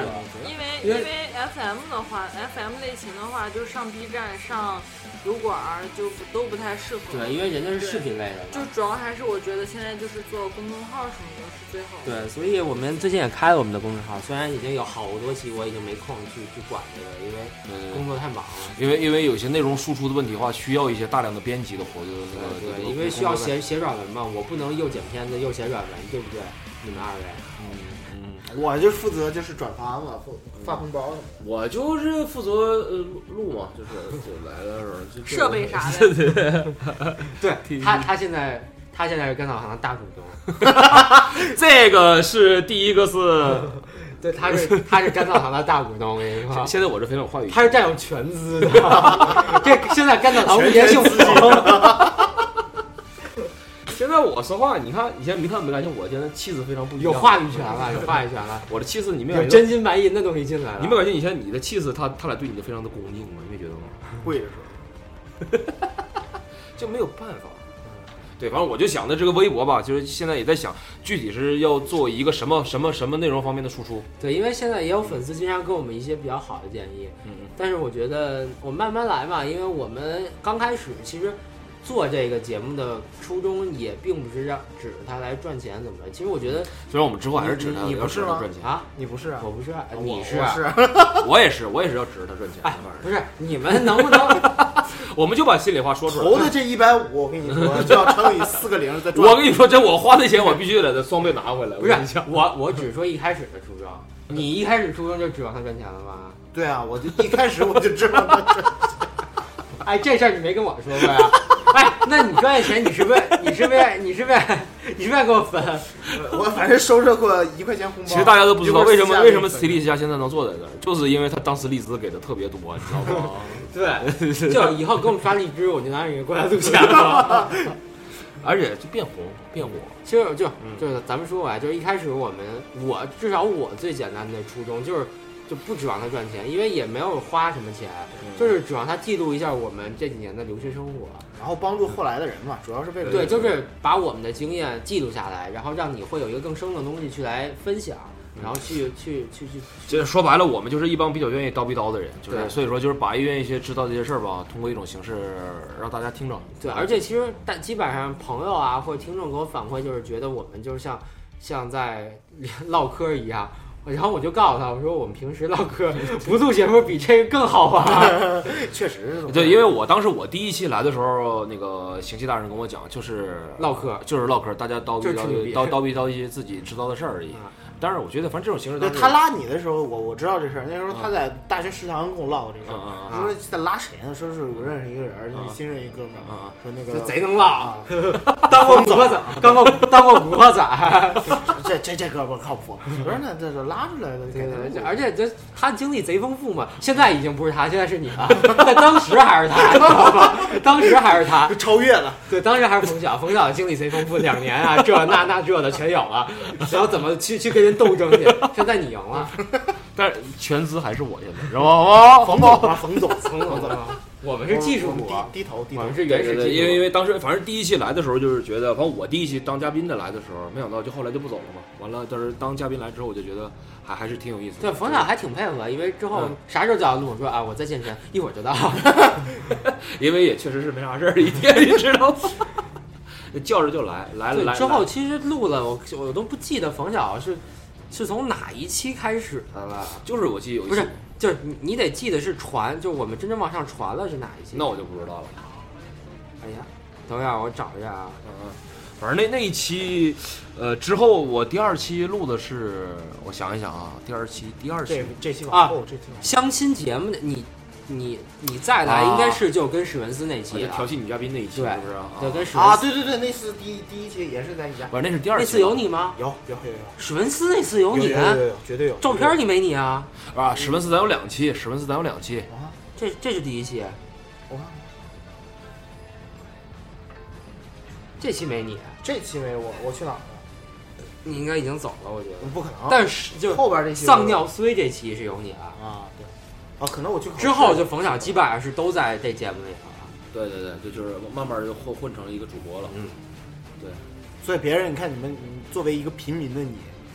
Speaker 5: 因为因为 FM 的话，FM 类型的话，就是上 B 站、上油管儿就不都不太适合。
Speaker 3: 对，因为人家是视频类的嘛。
Speaker 5: 就主要还是我觉得现在就是做公众号什么的是最好的。
Speaker 3: 对，所以我们最近也开了我们的公众号，虽然已经有好多期我已经没空去去管这个，因为
Speaker 6: 嗯，
Speaker 3: 工作太忙了。
Speaker 6: 因为因为有些内容输出的问题的话，需要一些大量的编辑的活，就是那个
Speaker 3: 对
Speaker 6: 这
Speaker 3: 对，
Speaker 6: 个
Speaker 3: 因为需要
Speaker 6: 工作量
Speaker 3: 写写软文嘛，我不能又剪片子又写软文，对不对？你们二位，
Speaker 4: 我就负责就是转发嘛，发发红包什么的。
Speaker 6: 我就是负责呃录录嘛，就是就来的时候就
Speaker 5: 设备啥的，
Speaker 3: 对他他现在他现在是甘草堂的大股东，
Speaker 7: 这个是第一个是，
Speaker 3: 对，他 是他是甘草堂的大股东，我跟你说。
Speaker 6: 现在我这非常有话语权
Speaker 3: 他是占有全资的， 这现在甘草堂物业幸福。
Speaker 6: 现在我说话，你看以前没看没感觉，我现在气质非常不一样，
Speaker 3: 有话语权了，有话语权了，
Speaker 6: 我的气质你没
Speaker 3: 有
Speaker 6: 感觉，
Speaker 3: 真金白银的东西进来了。
Speaker 6: 你没感觉以前你的气质，他他俩对你的非常的恭敬吗？你没觉得吗？
Speaker 4: 跪着说，
Speaker 6: 就没有办法。对，反正我就想的这个微博吧，就是现在也在想，具体是要做一个什么什么什么内容方面的输出。
Speaker 3: 对，因为现在也有粉丝经常给我们一些比较好的建议，
Speaker 6: 嗯
Speaker 3: 但是我觉得我们慢慢来嘛，因为我们刚开始其实做这个节目的初衷也并不是让指着它来赚钱怎么着，其实我觉得
Speaker 6: 虽然我们之后还是指着他
Speaker 3: 你你
Speaker 6: 要指着他赚钱，哦
Speaker 3: 啊，
Speaker 4: 你不是啊？
Speaker 3: 我不是，
Speaker 4: 我
Speaker 3: 你是
Speaker 7: 啊
Speaker 4: 我是啊
Speaker 6: 我也是，我也是要指着他赚钱。
Speaker 3: 哎
Speaker 6: 反，
Speaker 3: 不是你们能不 能？
Speaker 6: 正我们就把心里话说出来。
Speaker 4: 投的这一百五，我跟你说就要乘以四个零再赚。
Speaker 6: 我跟你说，这我花的钱我必须得再双倍拿回来。
Speaker 3: 不是我，我只说一开始的初衷，你一开始初衷就指望它赚钱了吗？
Speaker 4: 对啊，我就一开始我就知道他赚，
Speaker 3: 哎，这事儿你没跟我说过呀？哎，那你赚钱你是为你是为你是为你是为给我分？
Speaker 4: 我 反正收着过一块钱红包。
Speaker 6: 其实大家都不知道
Speaker 4: 一会儿
Speaker 6: 为什么
Speaker 4: 私下
Speaker 6: 为什么
Speaker 4: 给
Speaker 6: C 利家现在能坐在这儿，就是因为他当时利兹给的特别多，你知道吗？
Speaker 3: 对，就以后给我们刷荔枝，我就拿你过来录节目。
Speaker 6: 而且就变红变火。
Speaker 3: 其实就就是咱们说回来，就是一开始我们我至少我最简单的初衷就是就不指望他赚钱，因为也没有花什么钱，就是指望他记录一下我们这几年的留学生活。
Speaker 4: 然后帮助后来的人嘛，主要是为了
Speaker 3: 对，就是把我们的经验记录下来，然后让你会有一个更深的东西去来分享，然后去去去去
Speaker 6: 这说白了，我们就是一帮比较愿意叨逼叨的人，就
Speaker 3: 对
Speaker 6: 是所以说就是把愿意一些知道这些事儿吧，通过一种形式让大家听着。
Speaker 3: 对，而且其实但基本上朋友啊或者听众给我反馈，就是觉得我们就是像像在 唠嗑一样。然后我就告诉他，我说我们平时唠 嗑不录节目比这个更好玩。
Speaker 4: 确实是这么
Speaker 6: 对，因为我当时我第一期来的时候，那个邢七大人跟我讲，就是
Speaker 3: 唠嗑
Speaker 6: 就是唠嗑，大家叨逼
Speaker 3: 就是吹牛逼
Speaker 6: 叨 叨叨逼叨一些自己知道的事儿而已
Speaker 3: 啊。
Speaker 6: 但是我觉得，反正这种形式
Speaker 4: 对
Speaker 6: 当时，
Speaker 4: 他拉你的时候，我我知道这事儿。那时候他在大学食堂跟我唠过这事
Speaker 6: 嗯嗯
Speaker 4: 儿，
Speaker 6: 嗯
Speaker 4: 他说在拉谁呢？说是我认识一个人儿，就是新认识一哥们
Speaker 6: 嗯
Speaker 4: 儿
Speaker 6: 嗯，
Speaker 4: 说那
Speaker 3: 这
Speaker 4: 个
Speaker 3: 贼能唠，
Speaker 4: 啊，
Speaker 3: 当过古惑仔，当过当过古惑仔。
Speaker 4: 这这这哥们儿靠谱。我说那这这拉出来的，
Speaker 3: 对对
Speaker 4: 感
Speaker 3: 对，
Speaker 4: 觉
Speaker 3: 而且这他经历贼丰富嘛，现在已经不是他，现在是你了。 但当时还是 他，你知道吧？当时还是他
Speaker 4: 就，超越了。
Speaker 3: 对，当时还是冯小，冯小经历贼丰富，两年 啊，这那那这的全有了。然后怎么去去跟人斗争去？现在你赢了，
Speaker 6: 但是全资还是我现在，知道吗？
Speaker 4: 冯总啊，冯总，
Speaker 3: 冯总怎么？我
Speaker 6: 哦
Speaker 3: 们是技术
Speaker 4: 低
Speaker 3: 股，
Speaker 4: 低头低
Speaker 3: 我
Speaker 4: 头
Speaker 3: 们。是
Speaker 6: 对
Speaker 3: 原
Speaker 6: 对
Speaker 3: 始
Speaker 6: 对，
Speaker 3: 技
Speaker 6: 因为因
Speaker 3: 术。
Speaker 6: 为当时反正第一期来的时候就是觉得，反正我第一期当嘉宾的来的时候，没想到就后来就不走了嘛。完了，但是当嘉宾来之后，我就觉得还还是挺有意思的。
Speaker 3: 对，冯小还挺配合，因为之后
Speaker 6: 嗯
Speaker 3: 啥时候叫录说啊，我在健身，一会儿就到。
Speaker 6: 因为也确实是没啥事儿，一天你知道吗？ 叫着就来，来了
Speaker 3: 对，
Speaker 6: 来
Speaker 3: 之后
Speaker 6: 来
Speaker 3: 其实录了，我我都不记得冯小是是从哪一期开始的了。
Speaker 6: 就是我记得有一
Speaker 3: 不
Speaker 6: 期
Speaker 3: 是，就是你你得记得是传，就是我们真正往上传了是哪一期？
Speaker 6: 那我就不知道了。
Speaker 3: 哎呀，等一下我找一下啊。
Speaker 6: 嗯，反正那那一期，呃，之后我第二期录的是，我想一想啊，第二期第二期
Speaker 4: 这这期往后，这期往后
Speaker 3: 相亲节目的你，你你再来
Speaker 6: 啊
Speaker 3: 应该是就跟史文斯那
Speaker 6: 我
Speaker 7: 啊
Speaker 3: 期
Speaker 6: 就
Speaker 3: 了，
Speaker 6: 调戏女嘉宾那一期，
Speaker 3: 对
Speaker 6: 是不是啊？
Speaker 3: 对，跟史文
Speaker 4: 啊，
Speaker 3: 斯。
Speaker 4: 对对对，那次第一第一期也是在你家，
Speaker 6: 不是，那是第二期。
Speaker 3: 那次有你吗？
Speaker 4: 有有有
Speaker 3: 史文斯那次有
Speaker 4: 有有
Speaker 3: 你，啊
Speaker 4: 有有，绝对有
Speaker 3: 照片里没你啊？
Speaker 6: 啊？史文斯咱有两期，史文斯咱有两期，
Speaker 3: 这这是第一期，
Speaker 4: 我看
Speaker 3: 这期没你，
Speaker 4: 这期没我，我去哪儿了？
Speaker 3: 你应该已经走了，我觉得。
Speaker 4: 不可能。
Speaker 3: 但是就
Speaker 4: 嗯后边这期我
Speaker 3: 丧尿虽这期是有你了，
Speaker 4: 啊，对，啊，可能我去考试
Speaker 3: 之后就冯小基本上是都在这节目里头啊了。
Speaker 6: 对对对，就就是慢慢就混混成一个主播了。
Speaker 3: 嗯，
Speaker 6: 对，
Speaker 4: 所以别人，你看你们，你作为一个平民的你，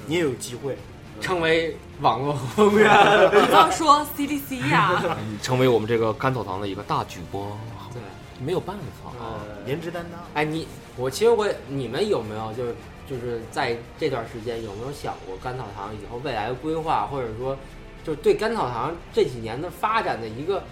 Speaker 4: 你也有机会，
Speaker 6: 嗯
Speaker 3: 成为网络红 人。
Speaker 5: 比方说 CDC 呀，
Speaker 7: 成为我们这个甘草堂的一个大举播，
Speaker 3: 对，
Speaker 7: 没有办法。啊
Speaker 3: 呃，
Speaker 4: 颜值担当，
Speaker 3: 哎，你我其实我也你们有没有就是就是在这段时间有没有想过甘草堂以后未来的规划，或者说就是对甘草堂这几年的发展的一个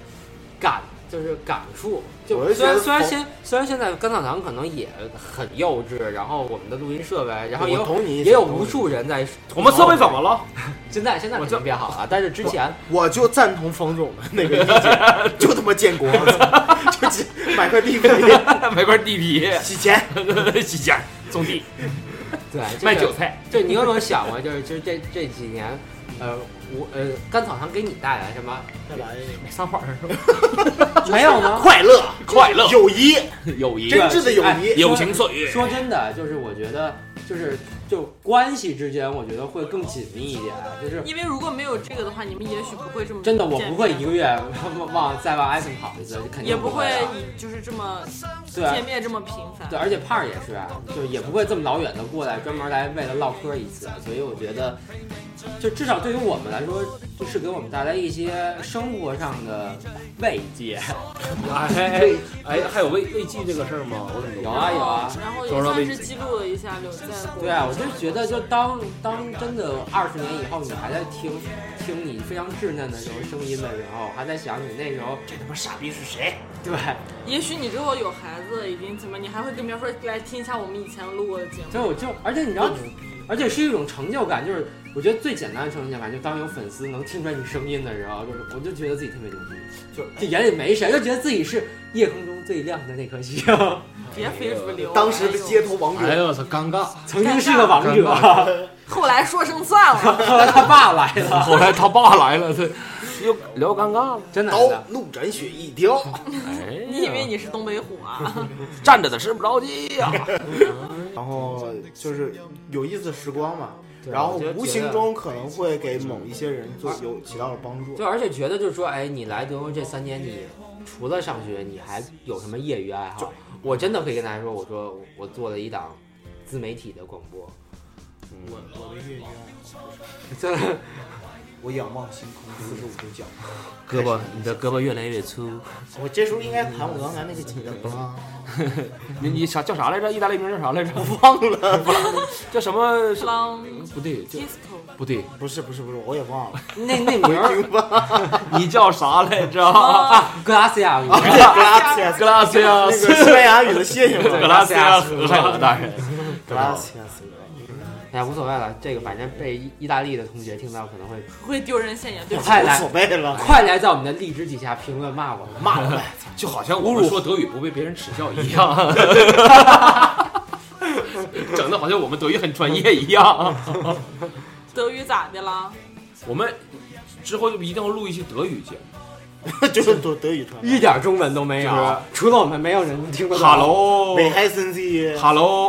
Speaker 3: 感，就是感触？就
Speaker 4: 我
Speaker 3: 是虽然
Speaker 4: 觉得
Speaker 3: 虽然
Speaker 4: 从
Speaker 3: 现虽然现在甘草堂可能也很幼稚，然后我们的录音设备，然后也
Speaker 4: 我
Speaker 3: 有
Speaker 4: 同你一
Speaker 3: 也有
Speaker 4: 同
Speaker 3: 无
Speaker 4: 你
Speaker 3: 数人在吐槽
Speaker 6: 我们设备怎 么了？
Speaker 3: 现在现在肯定变好了，但是之前
Speaker 4: 我就赞同冯总的那个意见， 就他妈建国， 就只买块地皮，
Speaker 7: 买块地 皮，
Speaker 4: 洗钱。
Speaker 7: 洗钱种地
Speaker 3: 对
Speaker 7: 卖
Speaker 3: 酒。
Speaker 7: 韭菜，
Speaker 3: 对你有没有想过，就是就是这这几年，呃，我呃，甘草堂给你带来什么？
Speaker 7: 没撒谎是吧？
Speaker 3: 没有吗？
Speaker 4: 快乐，
Speaker 7: 快乐
Speaker 4: 友谊，
Speaker 7: 友谊啊
Speaker 4: 真挚的友
Speaker 3: 哎
Speaker 4: 谊。
Speaker 7: 友情岁月，
Speaker 3: 说真的，就是我觉得，就是就关系之间，我觉得会更紧密一点。就是
Speaker 5: 因为如果没有这个的话，你们也许不会这么
Speaker 3: 真的，我
Speaker 5: 见
Speaker 3: 不
Speaker 5: 面
Speaker 3: 会一个月 往往再往艾森跑一次，肯定
Speaker 5: 也不
Speaker 3: 会
Speaker 5: 会
Speaker 3: 啊。
Speaker 5: 以就是这么
Speaker 3: 对啊
Speaker 5: 见面这么频繁
Speaker 3: 对，。而且胖儿也是啊，就是也不会这么老远的过来，专门来为了唠嗑一次。所以我觉得，就至少对于我们来说，就是给我们带来一些生活上的慰藉。
Speaker 6: 哎哎哎，还有慰慰藉这个事儿吗？我怎么
Speaker 3: 有啊有啊。
Speaker 5: 哦然后也
Speaker 6: 多少
Speaker 5: 算
Speaker 6: 位
Speaker 5: 是记录了一下柳在国
Speaker 3: 对啊，我就觉得，就当当真的二十年以后，你还在听听你非常稚嫩的时候声音的时候，还在想你那时候这他妈傻逼是谁？对
Speaker 5: 也许你之后有孩子，已经怎么，你还会跟别人说来听一下我们以前录过的节目。
Speaker 3: 所以我就，而且你知道，而且是一种成就感，就是我觉得最简单的成就感，就当有粉丝能听出来你声音的时候，就是我就觉得自己特别牛逼，就就眼里没神，就觉得自己是夜空中最亮的那颗星，
Speaker 5: 别非主流。
Speaker 4: 当时的街
Speaker 5: 哎
Speaker 4: 头王
Speaker 7: 哎
Speaker 4: 者，
Speaker 7: 呦我操，尴尬！
Speaker 3: 曾经是个王者，啊
Speaker 5: 呦后来说声算了。
Speaker 3: 后来他爸来了，
Speaker 7: 后来他爸来了，他又聊尴尬了。
Speaker 3: 真的真
Speaker 4: 刀
Speaker 3: 的，
Speaker 4: 怒斩雪一雕，
Speaker 7: 哎呀，
Speaker 5: 你以为你是东北虎啊？
Speaker 7: 站着的吃不着鸡呀？
Speaker 4: 然后就是有意思的时光嘛。
Speaker 3: 对
Speaker 4: 然后
Speaker 3: 我就觉得
Speaker 4: 无形中可能会给某一啊些人做有起到了帮助
Speaker 3: 对，。而且觉得就是说，哎，你来德国这三年，你除了上学，你还有什么业余爱好？我真的可以跟大家说，我说我我做了一档自媒体的广播，
Speaker 4: 我我的月
Speaker 3: 真的
Speaker 4: 我仰望星空四十五度角。
Speaker 7: 胳膊，你的胳膊越来越粗。
Speaker 4: 我这时候应该弹我刚才那个吉他吧？
Speaker 7: 你你啥叫啥来着？意大利名叫啥来着？ 忘了，叫什么？
Speaker 5: 是吧
Speaker 7: 不对，叫
Speaker 5: disco
Speaker 7: 不对，
Speaker 4: 不是不是不是，我也忘 了。
Speaker 3: 那那名儿
Speaker 7: 你叫啥来 着
Speaker 3: 啊，Gracia，你 知道
Speaker 4: Gracias，那个
Speaker 7: ？Gracias，Gracias，
Speaker 4: 西班牙语的谢谢嘛。
Speaker 7: 海尔大人。
Speaker 4: Gracias。
Speaker 3: 哎呀，无所谓了，这个反正被意意大利的同学听到可能会
Speaker 5: 会丢人现眼，对不起。
Speaker 3: 快
Speaker 4: 无
Speaker 3: 来
Speaker 4: 所谓 了，
Speaker 3: 快来在我们的荔枝底下评论骂我们，
Speaker 4: 骂我呗。
Speaker 7: 就好像我们说德语不被别人耻笑一样， 整的好像我们德语很专业一样。
Speaker 5: 德语咋的啦？
Speaker 7: 我们之后就一定要录一期德语节目。
Speaker 4: 就是德德语传。
Speaker 3: 一点中文都没有
Speaker 7: 就是，
Speaker 3: 除了我们没有人听得懂。
Speaker 4: 北
Speaker 7: Hello，Hello，
Speaker 4: 海森西，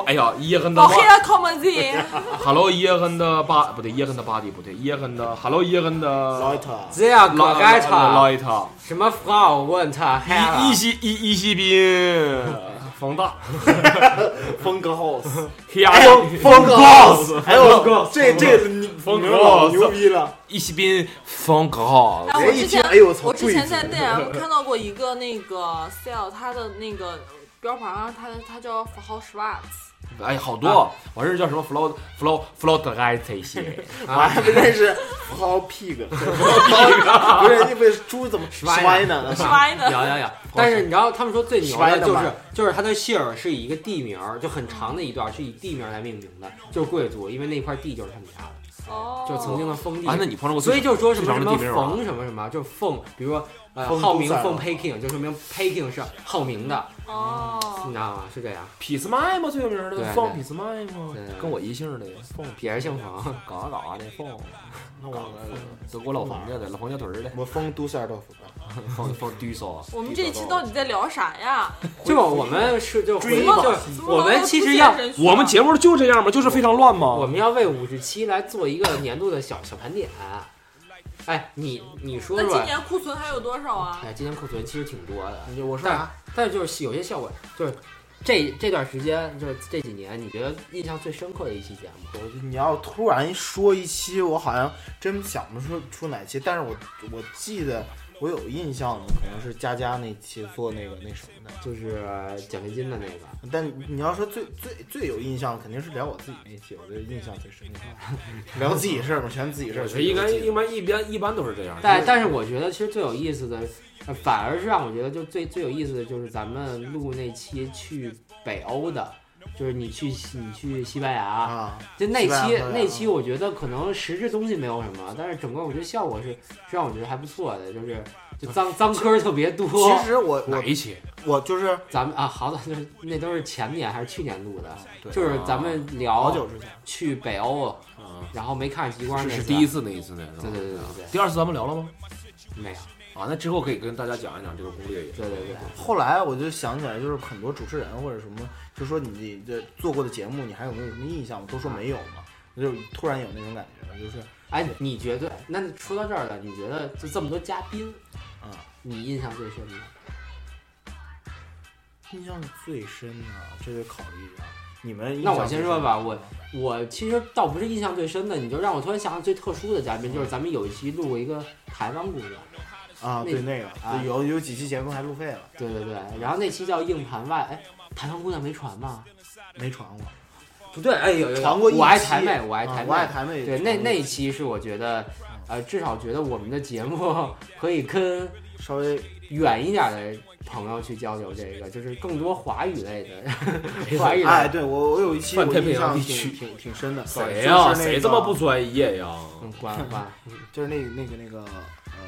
Speaker 7: 哎呀，耶亨的
Speaker 5: 保黑了 common z，
Speaker 7: Hello，耶亨的巴不对，耶亨的巴蒂不对，耶亨的 Hello，耶亨
Speaker 4: 老
Speaker 7: 的
Speaker 4: 特，
Speaker 3: 这样
Speaker 7: 老
Speaker 3: 可该
Speaker 7: 老
Speaker 3: 唱
Speaker 7: 一套，
Speaker 3: 什么 Frau 问他 h e
Speaker 7: 一一西一一西宾，冯 大，哎
Speaker 4: 风格 house，
Speaker 7: 黑亚
Speaker 4: 还有风格 house，还有
Speaker 3: Funkhaus
Speaker 4: 哎这这你
Speaker 7: 风格
Speaker 4: 你们老
Speaker 7: house
Speaker 4: 牛逼了。
Speaker 7: 一西宾冯高，
Speaker 5: 哎，我
Speaker 4: 人一
Speaker 5: 之
Speaker 4: 听
Speaker 5: 前
Speaker 4: 哎呦我操
Speaker 5: 我之前
Speaker 4: 贵
Speaker 5: 在
Speaker 4: 族
Speaker 5: D M 看到过一个那个 sale，它的那个标牌上，它的它叫 f h a u s c h w a r z
Speaker 7: 哎，好
Speaker 3: 啊
Speaker 7: 多，我这叫什么 flow flow flow 的爱这些，
Speaker 4: 我还不认识 how pig，不是那个猪怎么
Speaker 3: Schweine
Speaker 4: Schweine 呢？
Speaker 5: 是歪的。
Speaker 3: 有有有，但是你知道他们说最牛的就
Speaker 4: Schweinemann
Speaker 3: 是就是他的姓儿是以一个地名儿，就很长的一段是以地名儿来命名的，就是贵族，因为那块地就是他们家的，
Speaker 5: 哦，
Speaker 3: 就是曾经的封地。
Speaker 7: 啊，那你碰上过最
Speaker 3: 所以就说什么
Speaker 7: 最长
Speaker 3: 什么
Speaker 7: 的地名儿啊
Speaker 3: 冯什么什么，就是奉，比如说呃
Speaker 4: 奉
Speaker 3: 浩明
Speaker 4: 都在
Speaker 3: 奉
Speaker 4: 了
Speaker 3: Peking，就说明 Peking 是浩明的，你
Speaker 5: 哦，
Speaker 3: 知道吗？是这样，
Speaker 7: 痞子麦吗？最有名
Speaker 3: 对
Speaker 7: 的
Speaker 3: 对
Speaker 7: 放痞子麦吗
Speaker 3: 对？
Speaker 7: 跟我一姓的，放
Speaker 3: 别人姓冯。
Speaker 7: 嘎嘎的放，
Speaker 4: 那我
Speaker 7: 德国老冯家的老冯家屯儿的，
Speaker 4: 我封都塞尔道夫吧。
Speaker 7: 放放低烧。
Speaker 5: 我们这
Speaker 3: 嗯
Speaker 5: 一期到底在聊啥呀？
Speaker 3: 就我们是就回
Speaker 4: 追
Speaker 5: 梦
Speaker 3: 就是我们其实 要
Speaker 5: 啊
Speaker 7: 我们节目就这样吗？就是非常乱
Speaker 3: 我
Speaker 7: 吗？
Speaker 3: 们要为五十七来做一个年度的小小盘点。哎，你你说
Speaker 5: 那
Speaker 3: 说哎
Speaker 5: 今，年库存还有多少啊？
Speaker 3: 哎，今年库存其实挺多的。
Speaker 4: 我说
Speaker 3: 但
Speaker 4: 啥？
Speaker 3: 但就是有些效果，就是这这段时间就是这几年，你觉得印象最深刻的一期节目？
Speaker 4: 我你要突然说一期，我好像真想不出出哪期，但是我我记得我有印象的可能是佳佳那期做那个那什么的，
Speaker 3: 就是奖学金的那个，
Speaker 4: 但你要说最最最有印象，肯定是聊我自己那期，我觉得印象最深刻，聊自己事儿嘛，全自己事儿。
Speaker 6: 我觉得应该一般一般一般都是这样。
Speaker 3: 但但是我觉得其实最有意思的，呃反而是让我觉得就最最有意思的就是咱们录那期去北欧的，就是你去你去西班牙，
Speaker 4: 啊，
Speaker 3: 就那
Speaker 4: 西班牙
Speaker 3: 期
Speaker 4: 朋友
Speaker 3: 那期我觉得可能实质东西没有什么，但是整个我觉得效果是是让我觉得还不错的，就是就脏脏科儿特别多。
Speaker 4: 呃其实我
Speaker 6: 哪
Speaker 4: 我
Speaker 6: 一期？
Speaker 4: 我就是
Speaker 3: 咱们啊，好歹就是 那都是前年还是去年录的，
Speaker 4: 对
Speaker 3: 就是咱们
Speaker 4: 好
Speaker 3: 聊
Speaker 4: 久之前，
Speaker 3: 去北欧，
Speaker 6: 啊，
Speaker 3: 然后没看极光
Speaker 6: 是
Speaker 3: 那
Speaker 6: 是
Speaker 3: 次
Speaker 6: 第一，次那一次那是吧？
Speaker 3: 对对对对对
Speaker 6: 第二次咱们聊了吗？
Speaker 3: 没有，
Speaker 6: 啊，那之后可以跟大家讲一讲这个攻略也。
Speaker 3: 对对对，
Speaker 4: 后来我就想起来，就是很多主持人或者什么，就说你这做过的节目，你还有没有什么印象？我都说没有嘛，我就突然有那种感觉，就是
Speaker 3: 哎，你觉得那说到这儿了，你觉得就这么多嘉宾，
Speaker 4: 嗯，
Speaker 3: 你印象最深的？
Speaker 4: 印象最深的，这得考虑一下。你们印
Speaker 3: 那
Speaker 4: 象
Speaker 3: 我
Speaker 4: 最
Speaker 3: 先
Speaker 4: 深
Speaker 3: 说
Speaker 4: 的
Speaker 3: 吧，我我其实倒不是印象最深的，你就让我突然想到最特殊的嘉宾，就是咱们有一期录过一个台湾姑娘，
Speaker 4: 啊，
Speaker 3: 那
Speaker 4: 对那个、
Speaker 3: 啊
Speaker 4: 有有几期节目还路费了，
Speaker 3: 对对对，然后那期叫硬盘外，哎，台湾姑娘没传吗？
Speaker 4: 没传过，
Speaker 3: 不对，哎有有
Speaker 4: 传过一期。
Speaker 3: 我爱台妹，我爱
Speaker 4: 啊
Speaker 3: 台妹，
Speaker 4: 我爱台妹。
Speaker 3: 对，
Speaker 4: 传
Speaker 3: 那
Speaker 4: 过
Speaker 3: 那一期是我觉得，呃，至少觉得我们的节目 可以跟
Speaker 4: 稍微
Speaker 3: 远一点的朋友去交流，这个就是更多华语类的 华语类
Speaker 4: 哎，
Speaker 3: 的。
Speaker 4: 对我我有一期
Speaker 6: 泛
Speaker 4: 我
Speaker 6: 太平
Speaker 4: 印
Speaker 6: 洋
Speaker 4: 象
Speaker 6: 地区
Speaker 4: 挺挺挺深的，
Speaker 6: 谁
Speaker 4: 就
Speaker 6: 哎呀、
Speaker 4: 是那
Speaker 6: 谁
Speaker 4: 个
Speaker 6: 这么不专业呀？
Speaker 3: 嗯，关 关，
Speaker 4: 就是那个那个那个呃，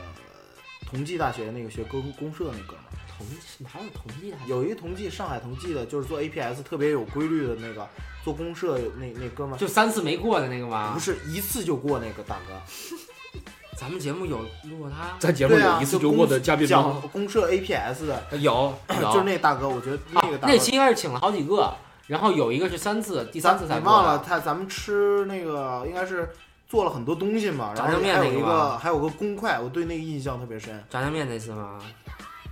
Speaker 4: 同济大学那个学歌公社那哥们儿，
Speaker 3: 同济哪有同济啊？
Speaker 4: 有一同济上海同济的，就是做 APS 特别有规律的那个，做公社那那哥们儿，
Speaker 3: 就三次没过的那个吗？
Speaker 4: 不，是一次就过那个大哥，
Speaker 3: 咱们节目有录过他。
Speaker 6: 咱节目
Speaker 4: 对啊，
Speaker 6: 有一次就过的嘉宾
Speaker 4: 讲
Speaker 6: 吗？哎
Speaker 4: 公社 APS 的，
Speaker 6: 有，有
Speaker 4: 就是那大哥，我觉得那个
Speaker 3: 啊
Speaker 4: 大哥、
Speaker 3: 那期应该是请了好几个，然后有一个是三次，第三次才
Speaker 4: 咱
Speaker 3: 过
Speaker 4: 你忘了他，咱们吃那个应该是做了很多东西嘛，然
Speaker 3: 炸
Speaker 4: 后
Speaker 3: 酱面
Speaker 4: 还
Speaker 3: 那
Speaker 4: 有
Speaker 3: 个
Speaker 4: 一
Speaker 3: 吗
Speaker 4: 个还有个公筷，我对那个印象特别深，
Speaker 3: 炸酱面那次吗？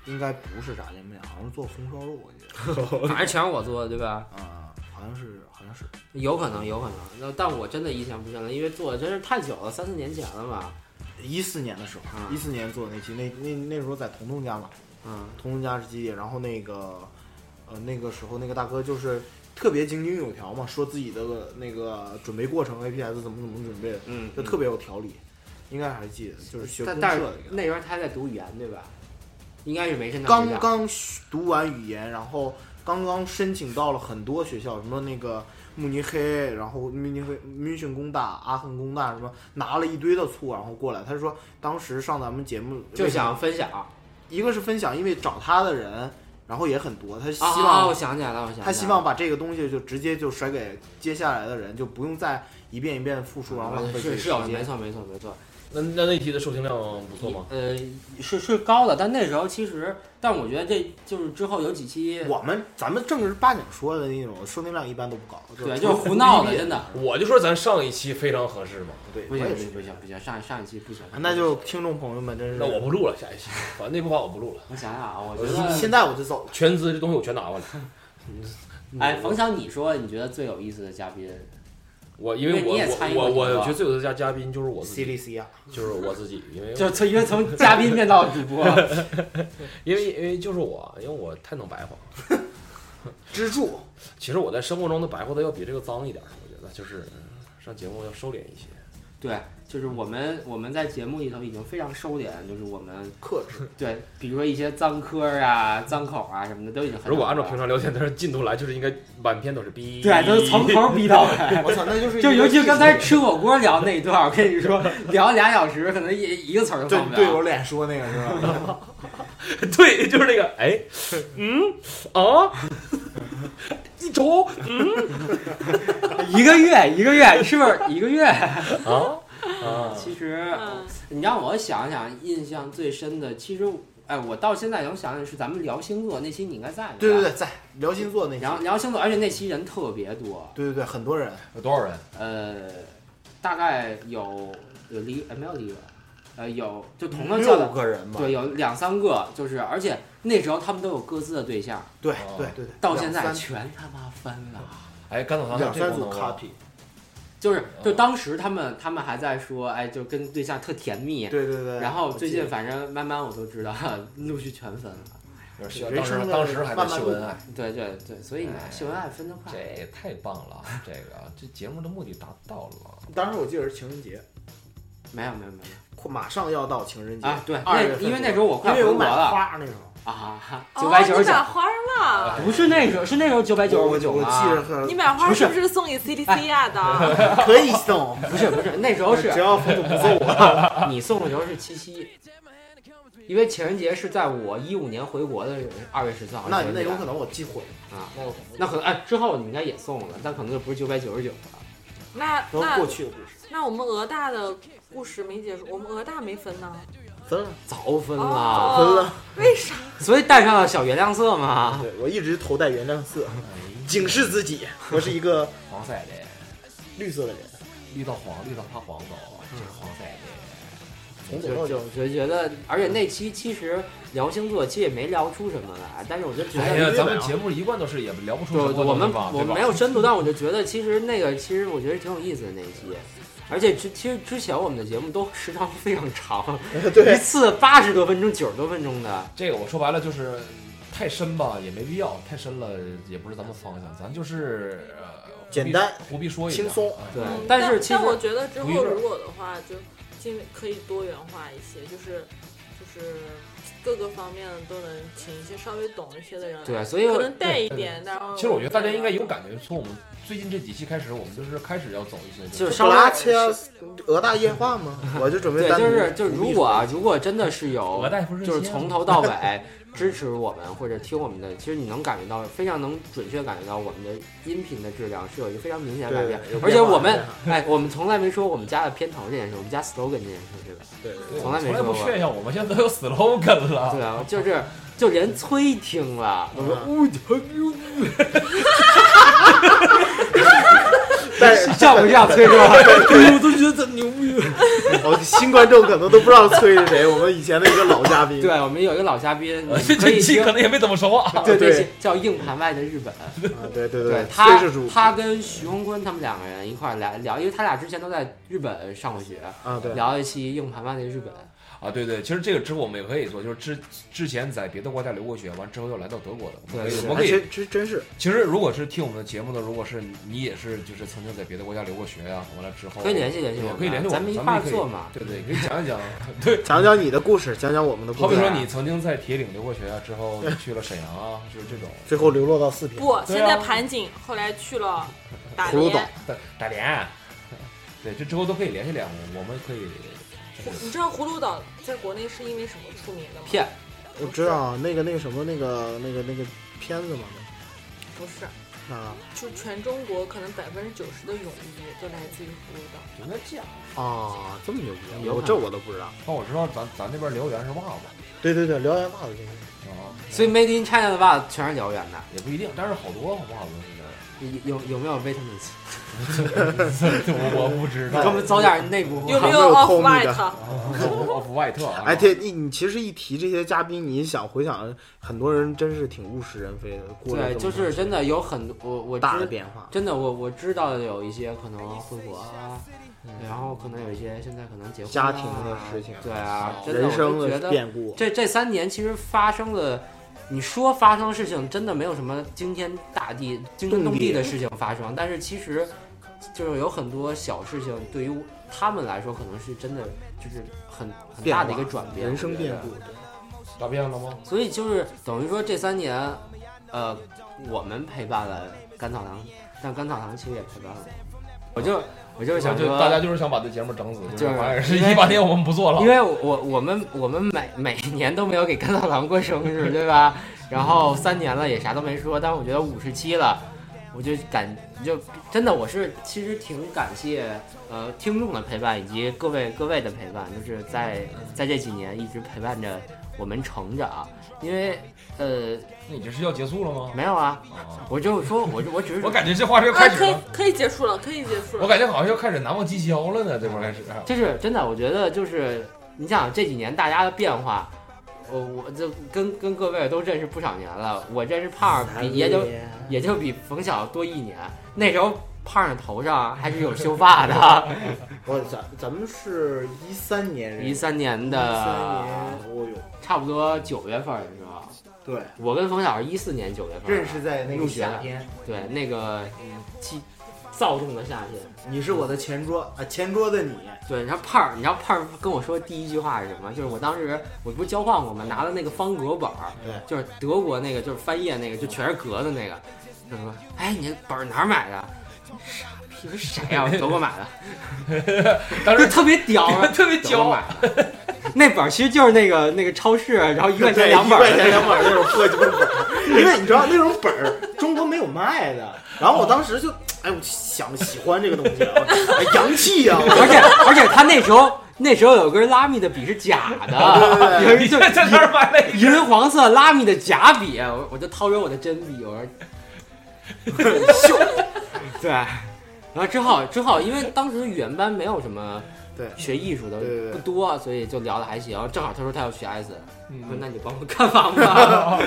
Speaker 4: 应该不是炸酱面，好像是做红烧肉，我记得
Speaker 3: 反正全是我做的，对吧？
Speaker 4: 啊、好像是好像是
Speaker 3: 有可能，有可能。那但我真的印象不深了，因为做的真是太久了，三四年前了吧。
Speaker 4: 一四年的时候，
Speaker 3: 嗯
Speaker 4: 一四年做的那期，那那那时候在彤彤家嘛，
Speaker 3: 嗯，
Speaker 4: 彤彤家是基地，然后那个呃那个时候那个大哥就是。特别井井有条嘛，说自己的那个准备过程，APS 怎么怎么准备的，
Speaker 3: 嗯
Speaker 4: 就特别有条理，应该还记得，就是学公
Speaker 3: 但
Speaker 4: 社
Speaker 3: 但是
Speaker 4: 的一个
Speaker 3: 那边他还在读语言对吧？应该是没申到
Speaker 4: 刚
Speaker 3: 学校
Speaker 4: 刚学读完语言，然后刚刚申请到了很多学校，什么那个慕尼黑，然后慕尼黑、密歇根工大、阿肯工大什么，拿了一堆的醋，然后过来。他说当时上咱们节目
Speaker 3: 就想分享。
Speaker 4: 一个是分享，因为找他的人，然后也很多，他希
Speaker 3: 啊，
Speaker 4: 望、
Speaker 3: 我想起来了，我想起来了
Speaker 4: 他希望把这个东西就直接就甩给接下来的人，就不用再一遍一遍地复述，然后浪费自己
Speaker 3: 哦是
Speaker 4: 时
Speaker 3: 是有
Speaker 4: 间
Speaker 3: 没错没错没错，
Speaker 6: 那那那一期的收听量不错吗？
Speaker 3: 呃是是高的，但那时候其实，但我觉得这就是之后有几期，
Speaker 4: 我们咱们正儿八经说的那种收听量一般都不高，
Speaker 3: 对，
Speaker 4: 是
Speaker 3: 就是胡闹的，真的。
Speaker 6: 我就说咱上一期非常合适嘛，
Speaker 4: 对，
Speaker 3: 不
Speaker 4: 我
Speaker 3: 行
Speaker 4: 也
Speaker 3: 不
Speaker 4: 是
Speaker 3: 行不行不行，上上一期不行。
Speaker 4: 那就听众朋友们，真是
Speaker 6: 那我不录了，下一期，反正那部分我不录了，
Speaker 3: 我想想啊，我觉得，
Speaker 4: 现在我就走了。
Speaker 6: 全资这东西我全拿过来。
Speaker 3: 哎，冯翔，你说你觉得最有意思的嘉宾？
Speaker 6: 我因为
Speaker 3: 因为
Speaker 6: 我
Speaker 3: 你也参与
Speaker 6: 我
Speaker 3: 过
Speaker 6: 我
Speaker 3: 这个
Speaker 6: 我觉得最有的嘉嘉宾就是我自
Speaker 4: C
Speaker 6: 己，
Speaker 4: D C 啊，
Speaker 6: 就是我自己，因为
Speaker 3: 就从因为 从嘉宾变到主播，
Speaker 6: 因为因为就是我，因为我太能白话。
Speaker 4: 支柱
Speaker 6: 其实我在生活中的白话的要比这个脏一点儿，我觉得就是嗯上节目要收敛一些。
Speaker 3: 对，就是我们我们在节目里头已经非常收敛，就是我们
Speaker 4: 克制，
Speaker 3: 对，比如说一些脏科啊、脏口啊什么的，都已经很
Speaker 6: 如果按照平
Speaker 3: 常
Speaker 6: 常聊天的进度来，就是应该满篇都是逼。
Speaker 3: 对，啊都是 从头逼 到尾。
Speaker 4: 我操，那就是一个
Speaker 3: 就尤其刚才吃火锅聊那一段，我跟你 说，聊俩小时，可能一一个词儿都
Speaker 4: 对
Speaker 3: 放不了。
Speaker 4: 对我脸说那个是吧？
Speaker 6: 对，就是那个哎，嗯啊，一周
Speaker 3: 一个月一个月，是不是一个月？
Speaker 6: 啊啊，
Speaker 3: 其实
Speaker 5: 嗯，
Speaker 3: 你让我想想，印象最深的，其实哎，我到现在能想起来是咱们聊星座那期，你应该在。
Speaker 4: 对对
Speaker 3: 吧
Speaker 4: 对，在聊星座那
Speaker 3: 聊
Speaker 4: 期，
Speaker 3: 聊星座，而且那期人特别多，
Speaker 4: 对对对，很多人
Speaker 6: 有多少人？
Speaker 3: 呃，大概有有离哎没有离远，呃，有就同个教
Speaker 6: 六
Speaker 3: 导，
Speaker 6: 个人吧，
Speaker 3: 对，有两三个，就是而且那时候他们都有各自的对象，
Speaker 4: 对
Speaker 6: 哦
Speaker 4: 对对对，
Speaker 3: 到现在
Speaker 4: 两三
Speaker 3: 全他妈翻了。
Speaker 4: 嗯
Speaker 6: 哎，甘总堂
Speaker 4: 两
Speaker 6: 这
Speaker 4: 三
Speaker 6: 功
Speaker 4: 组
Speaker 6: 能我
Speaker 4: copy，
Speaker 3: 就是
Speaker 4: 嗯
Speaker 3: 就当时他们他们还在说，哎，就跟对象特甜蜜。
Speaker 4: 对对对。
Speaker 3: 然后最
Speaker 4: 我
Speaker 3: 近
Speaker 4: 记
Speaker 3: 反正慢慢我都知道，陆续全分了。
Speaker 6: 有点需要
Speaker 4: 人
Speaker 6: 当时
Speaker 4: 生的
Speaker 6: 当时还在
Speaker 4: 慢慢
Speaker 6: 秀
Speaker 4: 路
Speaker 6: 恩爱，
Speaker 3: 对对对，所以你看
Speaker 6: 哎
Speaker 3: 秀恩爱分得快
Speaker 6: 这。也太棒了，这个这节目的目的达到了。
Speaker 4: 得当时我记得是情人节，
Speaker 3: 没有没有没有
Speaker 4: 快马上要到情人节
Speaker 3: 啊，对，那
Speaker 4: 二月份
Speaker 3: 因为那时候我
Speaker 4: 因
Speaker 3: 快回
Speaker 4: 为我
Speaker 3: 国
Speaker 4: 买
Speaker 3: 了
Speaker 4: 花那时候，
Speaker 3: 啊，
Speaker 5: 哦
Speaker 3: 九百九十
Speaker 5: 你
Speaker 3: 九
Speaker 5: 买，花了，
Speaker 3: 不是那时候，是那时候九百九
Speaker 4: 我
Speaker 3: 十九啊
Speaker 4: 我
Speaker 3: 吗
Speaker 4: 记？着很
Speaker 5: 你买花
Speaker 3: 呃不是哎
Speaker 5: 是不是送给 CDC 呀的？
Speaker 4: 可以送，
Speaker 3: 不是不是，那时候是
Speaker 4: 只要冯总不揍我。
Speaker 3: 你送的时候是七夕，因为情人节是在我一五年回国的二月十四号。
Speaker 4: 那
Speaker 3: 情人
Speaker 4: 那
Speaker 3: 节
Speaker 4: 有可能我记混
Speaker 3: 啊，
Speaker 4: 那有可能
Speaker 3: 那可能哎，之后你应该也送了，但可能就不是九百九十九了。
Speaker 5: 那哦
Speaker 4: 都是
Speaker 5: 那
Speaker 4: 过去的故事，
Speaker 5: 那我们俄大的故事没结束，我们俄大没分呢。
Speaker 4: 分了
Speaker 3: 早分了，
Speaker 5: 哦
Speaker 4: 分了。
Speaker 5: 为啥？
Speaker 3: 所以戴上了小月亮色嘛。
Speaker 4: 对我一直头戴原谅色，
Speaker 3: 哎
Speaker 4: 警示自己，我是一个
Speaker 6: 黄色的，
Speaker 4: 绿 色的人。
Speaker 6: 绿到黄，绿到怕黄走，这是黄色的。
Speaker 4: 从左到右，
Speaker 3: 我就觉得，而且那期其实聊星座，其实也没聊出什么来，但是我就觉
Speaker 6: 哎
Speaker 3: 得。
Speaker 6: 呀，咱们节目一贯都是也聊不出
Speaker 3: 对，
Speaker 6: 什么
Speaker 3: 我们
Speaker 6: 东西吧
Speaker 3: 我们没
Speaker 6: 对吧
Speaker 3: 有深度，但我就觉得其实那个其实我觉得挺有意思的那一期，而且之其实之前我们的节目都时长非常长， 一次八十多分钟、九十多分钟的，
Speaker 6: 这个，我说白了就是太深吧，也没必要，太深了也不是咱们方向，咱就是呃
Speaker 4: 简单，
Speaker 6: 不必说一下
Speaker 4: 轻松
Speaker 6: 哎
Speaker 3: 对
Speaker 5: 嗯。
Speaker 3: 但
Speaker 5: 但
Speaker 3: 是其实
Speaker 5: 但我觉得之后
Speaker 6: 不一致
Speaker 5: 如果的话，就尽可以多元化一些，就是就是各个方面都能请一些稍微懂一些的人，，
Speaker 3: 对，所以
Speaker 5: 可
Speaker 3: 我
Speaker 5: 能带一点，然后
Speaker 6: 其实我觉得大家应该有感觉，从我们最近这几期开始，我们就是开始要走一些，
Speaker 3: 就是
Speaker 4: 布
Speaker 3: 稍微
Speaker 4: 拉切俄大夜话吗？我就准备
Speaker 3: 对，
Speaker 4: 单独
Speaker 3: 就是就是如果啊，如果真的是有
Speaker 6: 额代不是
Speaker 3: 就是
Speaker 6: 切
Speaker 3: 从头到尾支持我们或者听我们的，其实你能感觉到，非常能准确感觉到我们的音频的质量是有一个非常明显的改变
Speaker 4: 对有，
Speaker 3: 而且
Speaker 4: 变化
Speaker 3: 我们
Speaker 4: 有
Speaker 3: 哎，我们从来没说我们家的片头这件事，我们家 slogan 这件事，对吧？
Speaker 4: 对对
Speaker 6: 对
Speaker 3: 从来没
Speaker 6: 从来
Speaker 3: 说
Speaker 6: 不
Speaker 3: 过
Speaker 6: 炫耀，我们现在都有 slogan 了。
Speaker 3: 对啊，就是就连崔听了，
Speaker 4: 嗯
Speaker 3: 我说呜
Speaker 4: 但是
Speaker 3: 像不像崔哥？ 我都觉得牛逼。
Speaker 4: 我哦新观众可能都不知道崔是谁，我们以前的一个老嘉宾。啊
Speaker 3: 对，我们有一个老嘉宾，
Speaker 6: 呃
Speaker 3: 你可
Speaker 6: 这
Speaker 3: 以
Speaker 6: 期
Speaker 3: 听
Speaker 6: 可。能也没怎么说话。
Speaker 3: 对
Speaker 4: 对
Speaker 3: 对，叫硬盘外的日本，
Speaker 4: 啊对对
Speaker 3: 对
Speaker 4: 崔
Speaker 3: 他
Speaker 4: 是主
Speaker 3: 他跟徐宏坤他们两个人一块儿来聊，因为他俩之前都在日本上过学，
Speaker 4: 啊对
Speaker 3: 聊一期硬盘外的日本，
Speaker 6: 啊，对对，其实这个之后我们也可以做，就是之之前在别的国家留过学，完之后又来到德国的，我们可以，
Speaker 3: 对
Speaker 6: 我
Speaker 4: 哎
Speaker 6: 们可以。
Speaker 4: 真真真是
Speaker 6: 其实如果是听我们的节目的，如果是你也是就是曾经在别的国家留过学呀、完了之后
Speaker 3: 可以联系联系我
Speaker 6: 可以联系我
Speaker 3: 咱
Speaker 6: 们
Speaker 3: 们一
Speaker 6: 咱
Speaker 3: 块儿
Speaker 6: 们也可以
Speaker 3: 做嘛。
Speaker 6: 对对，可以讲一讲。对，
Speaker 4: 讲讲你的故事，讲讲我们的
Speaker 6: 好
Speaker 4: 故
Speaker 6: 比
Speaker 4: 事啊
Speaker 6: 说，你曾经在铁岭留过学啊，之后你去了沈阳啊，就是 这种。
Speaker 4: 最后流落到四平。
Speaker 5: 不，
Speaker 6: 对
Speaker 5: 先
Speaker 6: 啊
Speaker 5: 在盘锦，后来去 了打
Speaker 4: 葫芦
Speaker 5: 猎。
Speaker 4: 岛
Speaker 6: 打打脸， 对，这之后都可以联系联系我，我们可以。就是
Speaker 5: 你知道葫芦岛在国内是因为什么出名的吗？
Speaker 3: 骗
Speaker 4: 我知道啊那个那个什么那个那个那个片子嘛，
Speaker 5: 不是，
Speaker 4: 啊
Speaker 5: 就全中国可能百分之九十的泳衣都来自于葫芦岛。
Speaker 6: 应该这样。
Speaker 4: 啊，这么牛逼啊！
Speaker 3: 有
Speaker 4: 我这我都不知道。
Speaker 6: 但我知道咱咱这边留言是袜子
Speaker 4: 对对对，聊完袜子这个。
Speaker 6: 啊，
Speaker 3: 所以 Made in China 的袜子全是辽源的，
Speaker 6: 也不一定，但是好多袜子现在。
Speaker 3: 有有有没有 Vitamin C？
Speaker 6: 我我不知
Speaker 3: 给我们走点内部。
Speaker 5: 有没
Speaker 4: 没有
Speaker 5: 有 Off
Speaker 4: 空你 的
Speaker 5: White？
Speaker 6: 哦，不外特啊。
Speaker 4: 哎，对，你你其实一提这些嘉宾，你想回想，很多人真是挺物是人非的，过了
Speaker 3: 对，
Speaker 4: 这
Speaker 3: 就
Speaker 4: 么
Speaker 3: 是真的有很多我我
Speaker 4: 大的
Speaker 3: 知
Speaker 4: 变化。
Speaker 3: 真的，我我知道的有一些可能回国啊，然后可能有一些现在可能结婚、啊、
Speaker 4: 家庭的事情
Speaker 3: 对啊，真的
Speaker 4: 人生
Speaker 3: 我就觉
Speaker 4: 的
Speaker 3: 得
Speaker 4: 变故，
Speaker 3: 这这三年其实发生了，你说发生事情真的没有什么惊天大地、惊天动地的事情发生，但是其实就是有很多小事情对于他们来说可能是真的就是很很
Speaker 4: 变
Speaker 3: 大
Speaker 4: 化
Speaker 3: 的一个转变，
Speaker 4: 人生变
Speaker 3: 我觉得
Speaker 4: 故，
Speaker 6: 答辩了吗？
Speaker 3: 所以就是等于说这三年，呃，我们陪伴了甘草堂，但甘草堂其实也陪伴了我。我就我就想
Speaker 6: 就
Speaker 3: 说，
Speaker 6: 大家就是想把这节目整死，
Speaker 3: 就是是
Speaker 6: 反正是
Speaker 3: 因为
Speaker 6: 一八年我们不做了
Speaker 3: 因。为我我我们我们每每年都没有给甘草堂过生日，对吧？然后三年了也啥都没说，但我觉得五十七了，我就感就真的我是其实挺感谢呃听众的陪伴以及各位各位的陪伴，就是在在这几年一直陪伴着我们成长，啊因为呃
Speaker 6: 那你这是要结束了吗？
Speaker 3: 没有啊，
Speaker 6: 啊，
Speaker 3: 我就说，我就我 只是
Speaker 6: 我感觉这话是要
Speaker 5: 啊，
Speaker 6: 开始
Speaker 5: 可以
Speaker 6: 了，
Speaker 5: 可以结束了，可以结束
Speaker 6: 我
Speaker 5: 了。
Speaker 6: 感觉好像要开始难忘今宵了呢，这会儿开始。啊
Speaker 3: 就是真的，我觉得就是你想这几年大家的变化，我我就跟跟各位都认识不少年了，我认识胖儿比也就也就比冯小多一年，那时候胖儿的头上还是有秀发 的，
Speaker 4: 我咱咱们是一三年人，
Speaker 3: 一三年的
Speaker 4: 13年，我有
Speaker 3: 差不多九月份儿的时候，
Speaker 4: 对
Speaker 3: 我跟冯小是一四年九月份儿
Speaker 4: 认识在那
Speaker 3: 入
Speaker 4: 个
Speaker 3: 学
Speaker 4: 夏
Speaker 3: 了
Speaker 4: 天，
Speaker 3: 对那个嗯激躁动的夏天。
Speaker 4: 你是我的前桌啊，前桌的你，
Speaker 3: 对，然后胖儿，你知道胖儿跟我说第一句话是什么？就是我当时我不是交换过吗？拿了那个方格本儿，
Speaker 4: 对
Speaker 3: 就是德国那个，就是翻页那个，就全是格的那个。他说：“哎，你这本儿哪儿买的？”傻逼，我说谁呀、我德国买 的，
Speaker 6: 当
Speaker 3: 就
Speaker 6: 时
Speaker 3: 特别屌啊，
Speaker 6: 特别
Speaker 3: 德国买 的。那本儿其实就是那个那个超市，然后一块钱
Speaker 4: 对
Speaker 3: 两本
Speaker 4: 一
Speaker 3: 儿
Speaker 4: 块钱
Speaker 3: 的。
Speaker 4: 两本儿那种破旧本儿，因为你知道那种本儿中国没有卖的，然后我当时就哎，我想喜欢这个东西啊，哎洋气呀、
Speaker 3: 而且而且他那时候那时候有根拉米的笔是假的，
Speaker 4: 对
Speaker 3: 有一就
Speaker 6: 在那儿买了一
Speaker 3: 银黄色拉米的假笔，我我就掏出我的真笔，我说秀，对，然后之后之后，因为当时语言班没有什么
Speaker 4: 对
Speaker 3: 学艺术的
Speaker 4: 对对对
Speaker 3: 不多，所以就聊的还行。正好他说他要学 S，我说
Speaker 6: 嗯，
Speaker 3: 那你帮我看房 吧。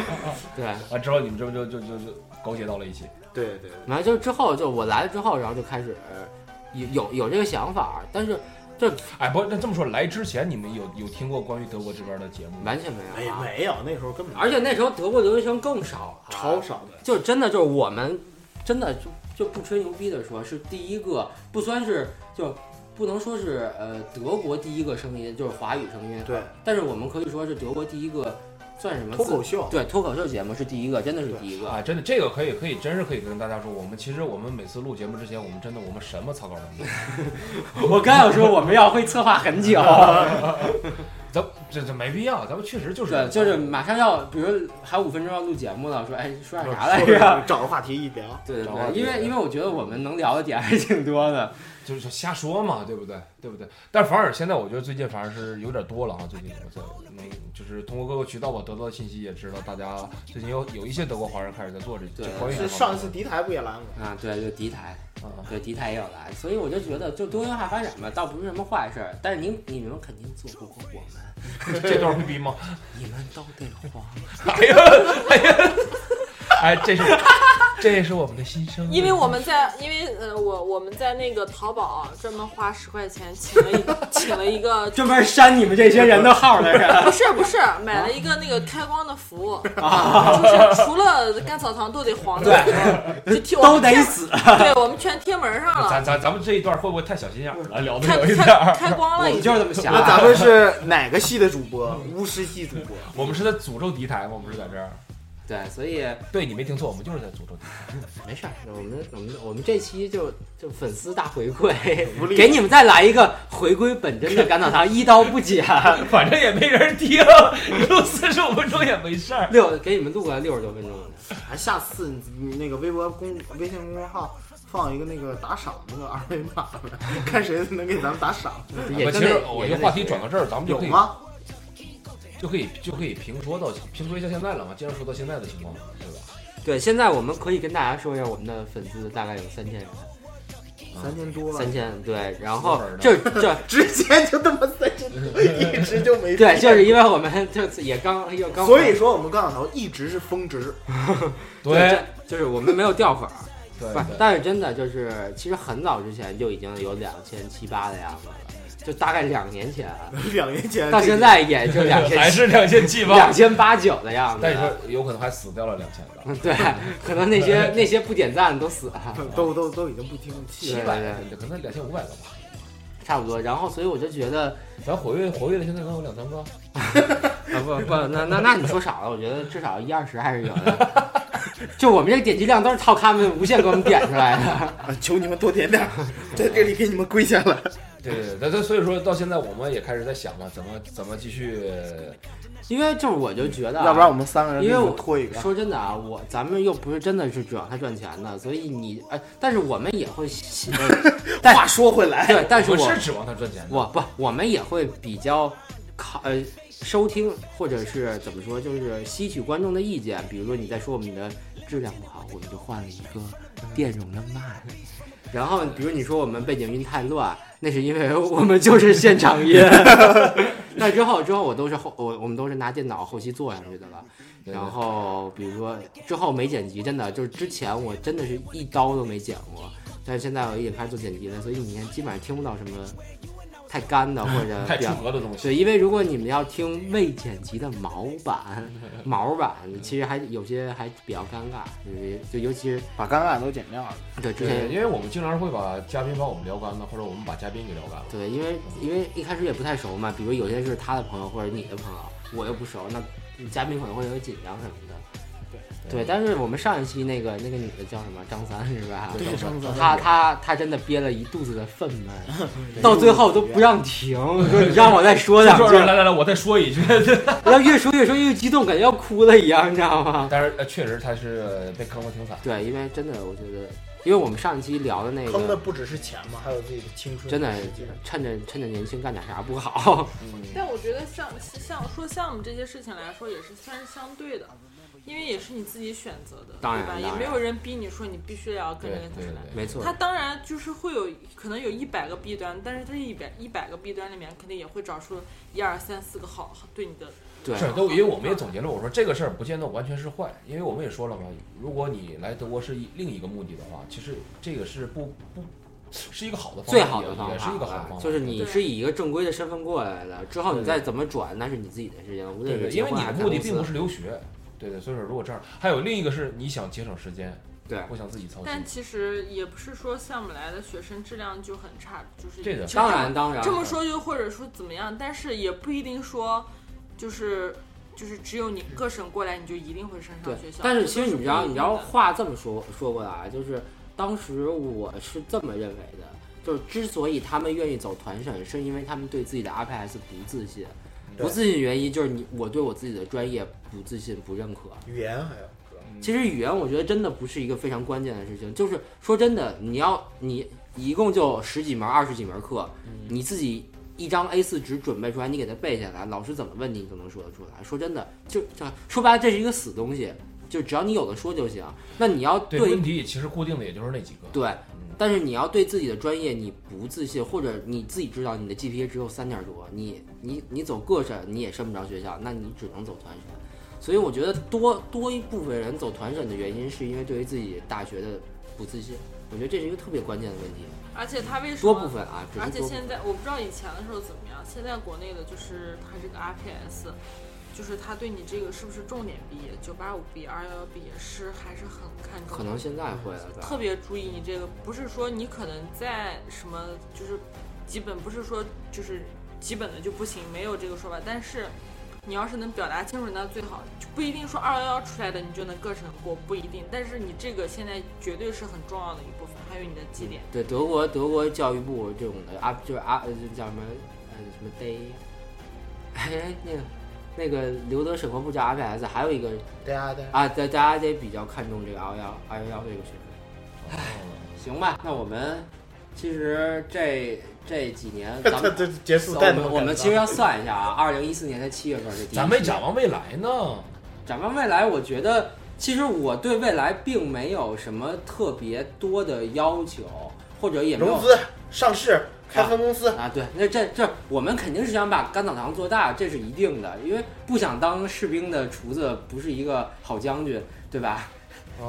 Speaker 3: 对，
Speaker 6: 完嗯啊之后你们这不就就就就勾结到了一起，
Speaker 4: 对对对，
Speaker 3: 然后就之后就我来了之后，然后就开始呃有有有这个想法，但是
Speaker 6: 哎，不，那这么说，来之前你们有有听过关于德国这边的节目吗？
Speaker 3: 完全没
Speaker 4: 没
Speaker 3: 有、啊。
Speaker 4: 哎没有，那时候根本
Speaker 3: 而且那时候德国留学生更少、啊，
Speaker 4: 超少的，
Speaker 3: 就真的就是我们真的就就不吹牛逼的说，是第一个不算是就不能说是呃德国第一个声音，就是华语声音，
Speaker 4: 对
Speaker 3: 但是我们可以说是德国第一个算什么
Speaker 4: 脱口
Speaker 3: 秀？
Speaker 4: 秀，
Speaker 3: 对，脱口秀节目是第一个，真的是第一个。
Speaker 6: 啊，真的，这个可以，可以，真是可以跟大家说，我们其实我们每次录节目之前，我们真的我们什么草稿都没有，
Speaker 3: 我刚想说我们要会策划很久，
Speaker 6: 咱这这没必要，咱们确实就是
Speaker 3: 对，就是马上要，比如还有五分钟要录节目了，说哎说点啥来着？
Speaker 4: 找个话题一聊，
Speaker 3: 对对
Speaker 6: 找话
Speaker 3: 对，
Speaker 6: 题
Speaker 3: 因为因为我觉得我们能聊的点还是挺多的，
Speaker 6: 就是瞎说嘛，对不对？对不对？但反而现在我觉得最近反而是有点多了啊哈，最近我在那就是通过各个渠道我得到的信息也知道，大家最近有有一些德国华人开始在做这
Speaker 3: 对
Speaker 6: 这关于
Speaker 4: 是
Speaker 6: 这
Speaker 4: 上
Speaker 6: 方
Speaker 4: 一次敌台不也来吗？
Speaker 3: 啊，对，就敌台。
Speaker 6: 面啊，
Speaker 3: 对敌台也有来，所以我就觉得就多元化发展嘛，倒不是什么坏事儿。但是你你们肯定做不过我们，
Speaker 6: 这段会逼吗？
Speaker 3: 你们都得黄。
Speaker 6: 哎呀，哎呀，哎，这是这是我们的心声，啊
Speaker 5: 因为我们在，因为呃，我我们在那个淘宝啊专门花十块钱请了一 请了一个，
Speaker 3: 专门删你们这些人的号的人，
Speaker 5: 不是不是，买了一个那个开光的服务，
Speaker 3: 啊
Speaker 5: 就是除了甘草堂都得黄的服务，就替 我
Speaker 3: 都
Speaker 5: 们
Speaker 3: 得
Speaker 5: 贴，
Speaker 3: 死。啊
Speaker 5: 对我们全贴门上了，
Speaker 6: 咱咱咱们这一段会不会太小心眼儿了？聊的
Speaker 5: 开
Speaker 6: 有一点
Speaker 5: 开
Speaker 6: 儿。
Speaker 5: 开光
Speaker 3: 我
Speaker 5: 了
Speaker 3: 们就
Speaker 5: 已经。
Speaker 3: 是这么想
Speaker 4: 那。咱们是哪个系的主播？巫师系主播，
Speaker 6: 我们是在诅咒敌台吗？我们是在这儿？
Speaker 3: 对，所以
Speaker 6: 对你没听错，我们就是在诅咒敌台。
Speaker 3: 没事儿，我们我们我们这期就就粉丝大回 馈
Speaker 4: 福，利
Speaker 3: 给你们再来一个回归本真的甘草堂，一刀不剪。
Speaker 6: 反正也没人听，录四十五分钟也没事儿。
Speaker 3: 六给你们录个六十多分钟的，
Speaker 6: 啊
Speaker 4: 还下次你那个微博公微信公众号放一个那个打赏那个二维码，看谁能给咱们打赏，
Speaker 3: 也
Speaker 6: 其
Speaker 3: 跟那
Speaker 6: 实我
Speaker 3: 也
Speaker 6: 这
Speaker 3: 跟
Speaker 6: 话
Speaker 3: 那
Speaker 6: 题转到这儿，咱们就
Speaker 4: 有
Speaker 6: 可以
Speaker 4: 吗？
Speaker 6: 就可以就可以评说到评说一下现在了嘛，既然说到现在的情况了，对吧？
Speaker 3: 对，现在我们可以跟大家说一下，我们的粉丝大概有三千人，
Speaker 4: 三千多了，
Speaker 3: 三千对，然后
Speaker 6: 四分儿呢
Speaker 3: 这这
Speaker 4: 之前就这么三千 多，一直就没
Speaker 3: 对，
Speaker 4: 变
Speaker 3: 就是因为我们这次也刚又刚，
Speaker 4: 所以说我们杠头一直是峰值，
Speaker 3: 对，就是我们没有掉粉儿，
Speaker 6: 对
Speaker 3: 不是，但是真的就是，其实很早之前就已经有两千七八的样子了，就大概两年前，
Speaker 4: 两年前
Speaker 3: 到现在也就两
Speaker 6: 还
Speaker 3: 千
Speaker 6: 是两千七吧
Speaker 3: 两。千八九的样子
Speaker 6: 但你
Speaker 3: 了。
Speaker 6: 说有可能还死掉了两千个，
Speaker 3: 嗯， 对，可能那些那些不点赞都死了，
Speaker 4: 都都都已经不听气
Speaker 6: 七
Speaker 4: 了。
Speaker 6: 百个，可能两千五百个吧。
Speaker 3: 差不多。然后，所以我就觉得，
Speaker 6: 咱活跃活跃的现在能有两三个，
Speaker 3: 啊不不，那那那你说少了，我觉得至少一二十还是有的。 就我们这个点击量都是靠他们无限给我们点出来的。
Speaker 4: 啊求你们多点点，在这里给你们跪下了。
Speaker 6: 对对对，但但所以说到现在我们也开始在想嘛，怎么怎么继续，
Speaker 3: 因为就是我就觉得啊，
Speaker 4: 要不然我们三个人给
Speaker 3: 因为
Speaker 4: 你
Speaker 3: 我
Speaker 4: 们拖一个，
Speaker 3: 说真的啊，我咱们又不是真的是指望他赚钱的，所以你哎，但是我们也会 喜，但
Speaker 4: 话说回来，
Speaker 3: 对，但是
Speaker 6: 我
Speaker 3: 我
Speaker 6: 是指望他赚钱的，
Speaker 3: 我不，我们也会比较考呃收听或者是怎么说，就是吸取观众的意见。比如说你在说我们的质量不好，我们就换了一个电容的麦。然后，比如你说我们背景音太乱，那是因为我们就是现场音。 那之后之后我都是后我我们都是拿电脑后期做上去的了。
Speaker 8: 对
Speaker 3: 然后比如说之后没剪辑，真的就是之前我真的是一刀都没剪过，但是现在我已经开始做剪辑了，所以你看基本上听不到什么太干的或者
Speaker 8: 太
Speaker 3: 比
Speaker 6: 啊
Speaker 8: 出
Speaker 3: 较
Speaker 8: 格的东西。
Speaker 3: 对，因为如果你们要听未剪辑的毛版，毛版其实还有些还比较尴尬，就是就尤其是
Speaker 4: 把尴尬都剪掉了。
Speaker 3: 对之
Speaker 8: 对，
Speaker 3: 前
Speaker 8: 因为我们经常会把嘉宾把我们聊干了，或者我们把嘉宾给聊干了。
Speaker 3: 对，因为因为一开始也不太熟嘛，比如有些是他的朋友或者你的朋友，我又不熟，那嘉宾可能会有点紧张什么的。对，但是我们上一期那个那个女的叫什么张三是吧？
Speaker 4: 对张三
Speaker 3: 她她她真的憋了一肚子的愤懑，到最后都不让停，说你让我再说两
Speaker 8: 说
Speaker 3: 句，
Speaker 8: 来来来，我再说一 句，
Speaker 3: 然后越说越说越激动，感觉要哭了一样，你知道吗？
Speaker 8: 但是呃确实他是被坑的挺惨。
Speaker 3: 对，因为真的，我觉得，因为我们上一期聊的那
Speaker 4: 坑的
Speaker 3: 个，
Speaker 4: 不只是钱嘛，还有自己的青春。
Speaker 3: 真的趁着趁着年轻干点啥不 好？
Speaker 5: 但我觉得像像说项目这些事情来说，也是算是相对的，因为也是你自己选择的，
Speaker 3: 当然
Speaker 5: 对吧？
Speaker 3: 当
Speaker 5: 也
Speaker 3: 然
Speaker 5: 没有人逼你说你必须得要跟
Speaker 8: 对
Speaker 5: 这个
Speaker 8: 对
Speaker 5: 人来。
Speaker 8: 对，
Speaker 3: 没错，
Speaker 5: 他当然就是会有可能有一百个弊端，但是这一百一百个弊端里面，肯定也会找出一二三四个好对你的。
Speaker 3: 对
Speaker 8: 是，都因为我们也总结了，我说这个事儿不见得完全是坏，因为我们也说了嘛，如果你来德国是一另一个目的的话，其实这个是不不是一个好的方法，
Speaker 3: 最好的方
Speaker 8: 也
Speaker 3: 法
Speaker 8: 是一个好的方法，
Speaker 3: 就是你是以一个正规的身份过来的，之后你再怎么转，那是你自己的事情，无
Speaker 8: 对
Speaker 3: 论
Speaker 8: 对，
Speaker 3: 是
Speaker 8: 因
Speaker 3: 结
Speaker 8: 为
Speaker 3: 婚
Speaker 8: 你
Speaker 3: 还
Speaker 8: 的
Speaker 3: 是
Speaker 8: 目的
Speaker 3: 开公
Speaker 8: 并不
Speaker 3: 司
Speaker 8: 是留学，对对，所以说如果这样，还有另一个是你想节省时间，
Speaker 3: 对
Speaker 8: 不想自己操心
Speaker 5: 但，其实也不是说项目来的学生质量就很差，就是
Speaker 8: 这个
Speaker 5: 其实
Speaker 3: 当然当然
Speaker 5: 这么说就或者说怎么样，但是也不一定说就是就是只有你各省过来你就一定会升
Speaker 3: 对
Speaker 5: 上学校。，
Speaker 3: 但
Speaker 5: 这
Speaker 3: 是
Speaker 5: 都
Speaker 3: 其实你知
Speaker 5: 不
Speaker 3: 道，
Speaker 5: 一
Speaker 3: 你
Speaker 5: 定
Speaker 3: 知道
Speaker 5: 的
Speaker 3: 话这么说说过来啊，就是当时我是这么认为的，就是之所以他们愿意走团审，是因为他们对自己的 RPS 不自信，不自信原因就是你我对我自己的专业不自信、不认可。
Speaker 4: 语言还有。嗯
Speaker 3: 其实语言我觉得真的不是一个非常关键的事情，就是说真的，你要你一共就十几门、二十几门课，你自己一张 A 4纸准备出来，你给它背下来，老师怎么问你，你都能说得出来。说真的，就就说白了，这是一个死东西，就只要你有的说就行。那你要
Speaker 8: 对问题其实固定的也就是那几个，
Speaker 3: 对，但是你要对自己的专业你不自信，或者你自己知道你的 GPA 只有三点多，你你你走个审你也升不着学校，那你只能走团审。所以我觉得多多一部分人走团审的原因，是因为对于自己大学的不自信。我觉得这是一个特别关键的问题，
Speaker 5: 而且他为什
Speaker 3: 多
Speaker 5: 么
Speaker 3: 部分啊，只
Speaker 5: 而
Speaker 3: 是
Speaker 5: 且
Speaker 3: 多部分
Speaker 5: 现在我不知道以前的时候怎么样，现在国内的就是它这个 RPS，就是它对你这个是不是重点毕业，九八五毕业、二幺幺毕业是还是很看重
Speaker 3: 可
Speaker 5: 的，
Speaker 3: 能现在会了吧
Speaker 5: 特。别注意你这个，不是说你可能在什么就是基本不是说就是基本的就不行，没有这个说法，但是。你要是能表达清楚，那最好。就不一定说二幺幺出来的你就能各省过，不一定。但是你这个现在绝对是很重要的一部分，还有你的绩点。
Speaker 3: 对德国德国教育部这种的啊，就是啊，呃就叫什么呃什么 day，哎那个那个刘德审核部叫 RPS，还有一个
Speaker 4: 对啊，对啊。
Speaker 3: 啊，大大家得比较看重这个二幺二幺幺这个学费。
Speaker 8: 哦
Speaker 3: 行吧，那我们其实这这几年咱
Speaker 4: 这
Speaker 3: 们。
Speaker 4: 这结束带
Speaker 3: 我们我们其实要算一下啊，二零一四年的七月份是第一期。
Speaker 8: 咱们展望未来呢，
Speaker 3: 展望未来，我觉得其实我对未来并没有什么特别多的要求，或者也没有
Speaker 4: 融资、上市、开分公司，
Speaker 3: 啊，对，那这这我们肯定是想把甘草堂做大，这是一定的，因为不想当士兵的厨子不是一个好将军，对吧？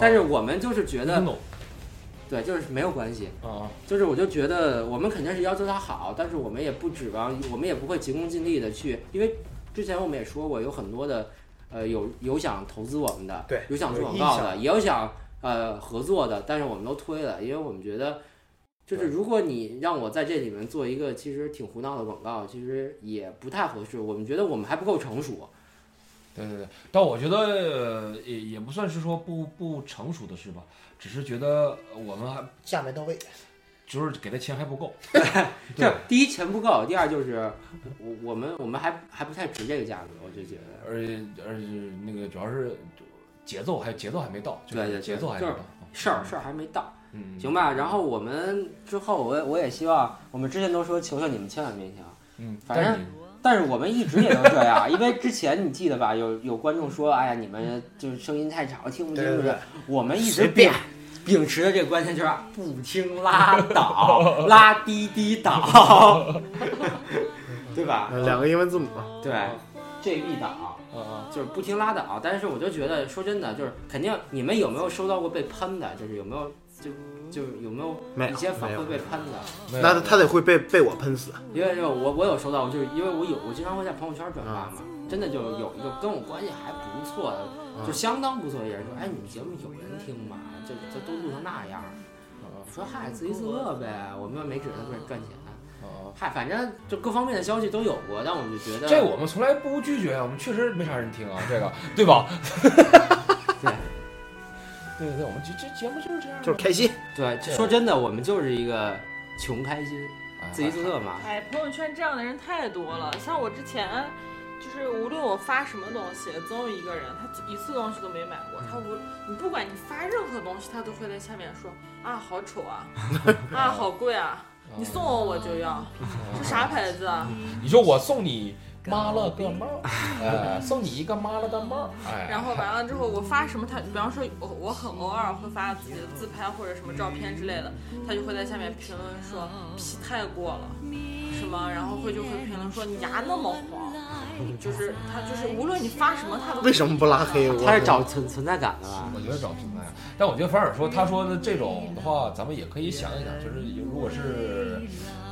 Speaker 3: 但是我们就是觉得，
Speaker 8: 懂
Speaker 3: 对，就是没有关系，
Speaker 8: 啊，
Speaker 3: 就是我就觉得我们肯定是要求他好，但是我们也不指望，我们也不会急功近利的去，因为之前我们也说过，有很多的，呃，有有想投资我们的，
Speaker 4: 对
Speaker 3: 有想做
Speaker 4: 有
Speaker 3: 广
Speaker 4: 意
Speaker 3: 告
Speaker 4: 向
Speaker 3: 的，也有想呃合作的，但是我们都推了，因为我们觉得，就是如果你让我在这里面做一个其实挺胡闹的广告，其实也不太合适，我们觉得我们还不够成熟，
Speaker 8: 对对对，但我觉得呃也也不算是说不不成熟的事吧，只是觉得我们还
Speaker 4: 价没到位。
Speaker 8: 就是给的钱还不够。对
Speaker 3: 这第一钱不够，第二就是我我们我们还还不太值这个价格，我就觉得，
Speaker 8: 而且而且那个主要是节奏还节奏还没到，就
Speaker 3: 对对
Speaker 8: 是
Speaker 3: 对
Speaker 8: 节奏还没
Speaker 3: 就
Speaker 8: 到，
Speaker 3: 事儿事儿还没到。
Speaker 8: 嗯，
Speaker 3: 行吧，然后我们之后我也，我也希望我们之前都说求求你们千万别停，
Speaker 8: 嗯，
Speaker 3: 反正
Speaker 8: 但是你
Speaker 3: 但是我们一直也都这样，因为之前你记得吧，有有观众说，哎呀，你们就是声音太吵，听不清
Speaker 4: 对
Speaker 3: 楚。
Speaker 4: 对对
Speaker 3: 我们一直
Speaker 4: 随便
Speaker 3: 秉秉持的这个观念就是 不听拉倒，拉滴滴倒。对吧？
Speaker 4: 呃两个英文字母，
Speaker 3: 对，GB 党
Speaker 8: 嗯
Speaker 6: 啊
Speaker 3: 就是不听拉倒。但是我就觉得，说真的，就是肯定你们有没有收到过被喷的？就是有没有就就是有没有
Speaker 4: 没
Speaker 3: 一
Speaker 4: 有
Speaker 3: 些反
Speaker 4: 没有
Speaker 3: 馈，被喷的？
Speaker 6: 没有
Speaker 4: 那
Speaker 8: 嗯
Speaker 4: 他得会被被我喷死。
Speaker 3: 因为就我我有收到，就是因为我有我经常会在朋友圈转发嘛，
Speaker 4: 嗯
Speaker 3: 真的就有一个跟我关系还不错的，就相当不错的一个人说，哎，你们节目有人听吗？这这都录成那样儿，
Speaker 8: 嗯
Speaker 3: 我说嗨，自娱自乐呗，我们又没指着他赚赚钱，
Speaker 8: 嗯
Speaker 6: 啊
Speaker 3: 嗨，反正就各方面的消息都有过，但我们就觉得
Speaker 6: 这我们从来不拒绝啊，我们确实没啥人听啊，这个对 吧？
Speaker 3: 对
Speaker 6: 对对对，我们这这节目就是这样的，
Speaker 4: 就是开心，
Speaker 3: 对，
Speaker 6: 这
Speaker 3: 说真的，我们就是一个穷开心，自娱自乐嘛。
Speaker 5: 哎，朋友圈这样的人太多了。像我之前，就是无论我发什么东西，总有一个人他一次东西都没买过。他无你不管你发任何东西，他都会在下面说啊好丑啊，啊好贵啊，
Speaker 6: 哦嗯
Speaker 5: 你送我我就要，这啥牌子啊？
Speaker 6: 你说我送你妈了个帽，哎，送你一个妈了的帽，哎，
Speaker 5: 然后完了之后，我发什么他，比方说我我很偶尔会发自己的自拍或者什么照片之类的，他就会在下面评论说皮太过了，什么，然后会就会评论说你牙那么黄，就是他就是无论你发什么他都
Speaker 4: 为什么不拉黑我？
Speaker 3: 他是找存存在感的吧？
Speaker 6: 我觉得找平台，但我觉得反而说他说的这种的话，咱们也可以想一想，就是如果是、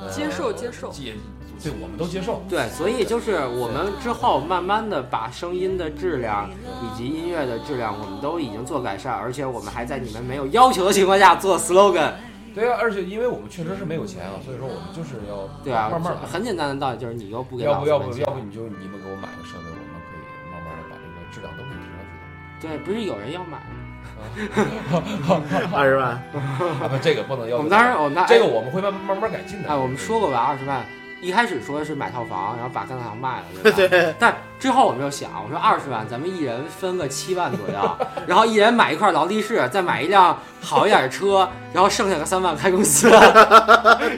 Speaker 6: 呃、
Speaker 5: 接受接受
Speaker 6: 也对，我们都接受。
Speaker 3: 对，所以就是我们之后慢慢的把声音的质量以及音乐的质量，我们都已经做改善，而且我们还在你们没有要求的情况下做 slogan，
Speaker 6: 对啊，而且因为我们确实是没有钱啊，所以说我们就是要
Speaker 3: 对啊，
Speaker 6: 慢慢来。
Speaker 3: 很简单的道理就是你又不给
Speaker 6: 要
Speaker 3: 老
Speaker 6: 不
Speaker 3: 子
Speaker 6: 要
Speaker 3: 们
Speaker 6: 不
Speaker 3: 钱
Speaker 6: 要不你就你们给我买个设备，我们可以慢慢的把这个质量都给提上去
Speaker 3: 对，不是有人要买吗，
Speaker 4: 二十万，
Speaker 6: 的。啊不，这个不能要求。
Speaker 3: 我们当时我们当时
Speaker 6: 这个我们会慢慢慢改进的。
Speaker 3: 哎，我们说过吧，二十万。一开始说是买套房，然后把干糖卖了，对吧？
Speaker 4: 对，
Speaker 3: 但之后我们就想，我说二十万，咱们一人分个七万左右，然后一人买一块劳力士，再买一辆好一点的车，然后剩下个三万开公 司，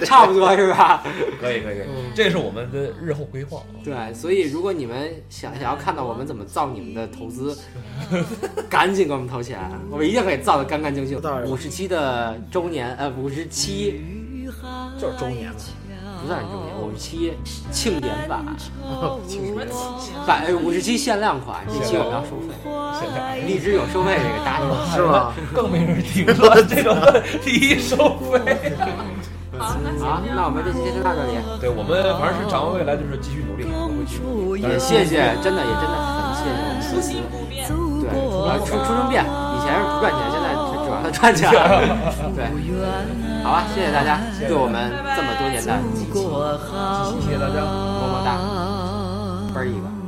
Speaker 3: 差不多是吧？
Speaker 6: 可以可以可以，这是我们的日后规划。
Speaker 3: 对，所以如果你们想想要看到我们怎么造你们的投资，赶紧给我们投钱，我们一定可以造的干干净净
Speaker 4: 当。然
Speaker 3: 五十七的周年，呃，五十七
Speaker 4: 就是周年嘛。
Speaker 3: 不算是周年，五十七庆典版，
Speaker 4: 庆典
Speaker 3: 版五十七限量款，这期我们要收费，
Speaker 6: 现在
Speaker 3: 荔枝有收费这个打赏。
Speaker 4: 是吗？
Speaker 6: 更没人听了，这种低收费。
Speaker 5: 好，那行
Speaker 3: 啊，那我们这期就到这里。
Speaker 6: 对我们反正是展望未来，就是继续努力，我们会继续努力。
Speaker 3: 也谢谢，真的也真的很谢谢我们公司。
Speaker 5: 不变。
Speaker 3: 对，呃，出出生变，以前是不赚钱，现在是指望它赚 钱。对，好吧，谢谢大家对我们这么多年的支持，
Speaker 9: 过好
Speaker 6: 谢谢大家。
Speaker 3: 么么哒，啵儿一个。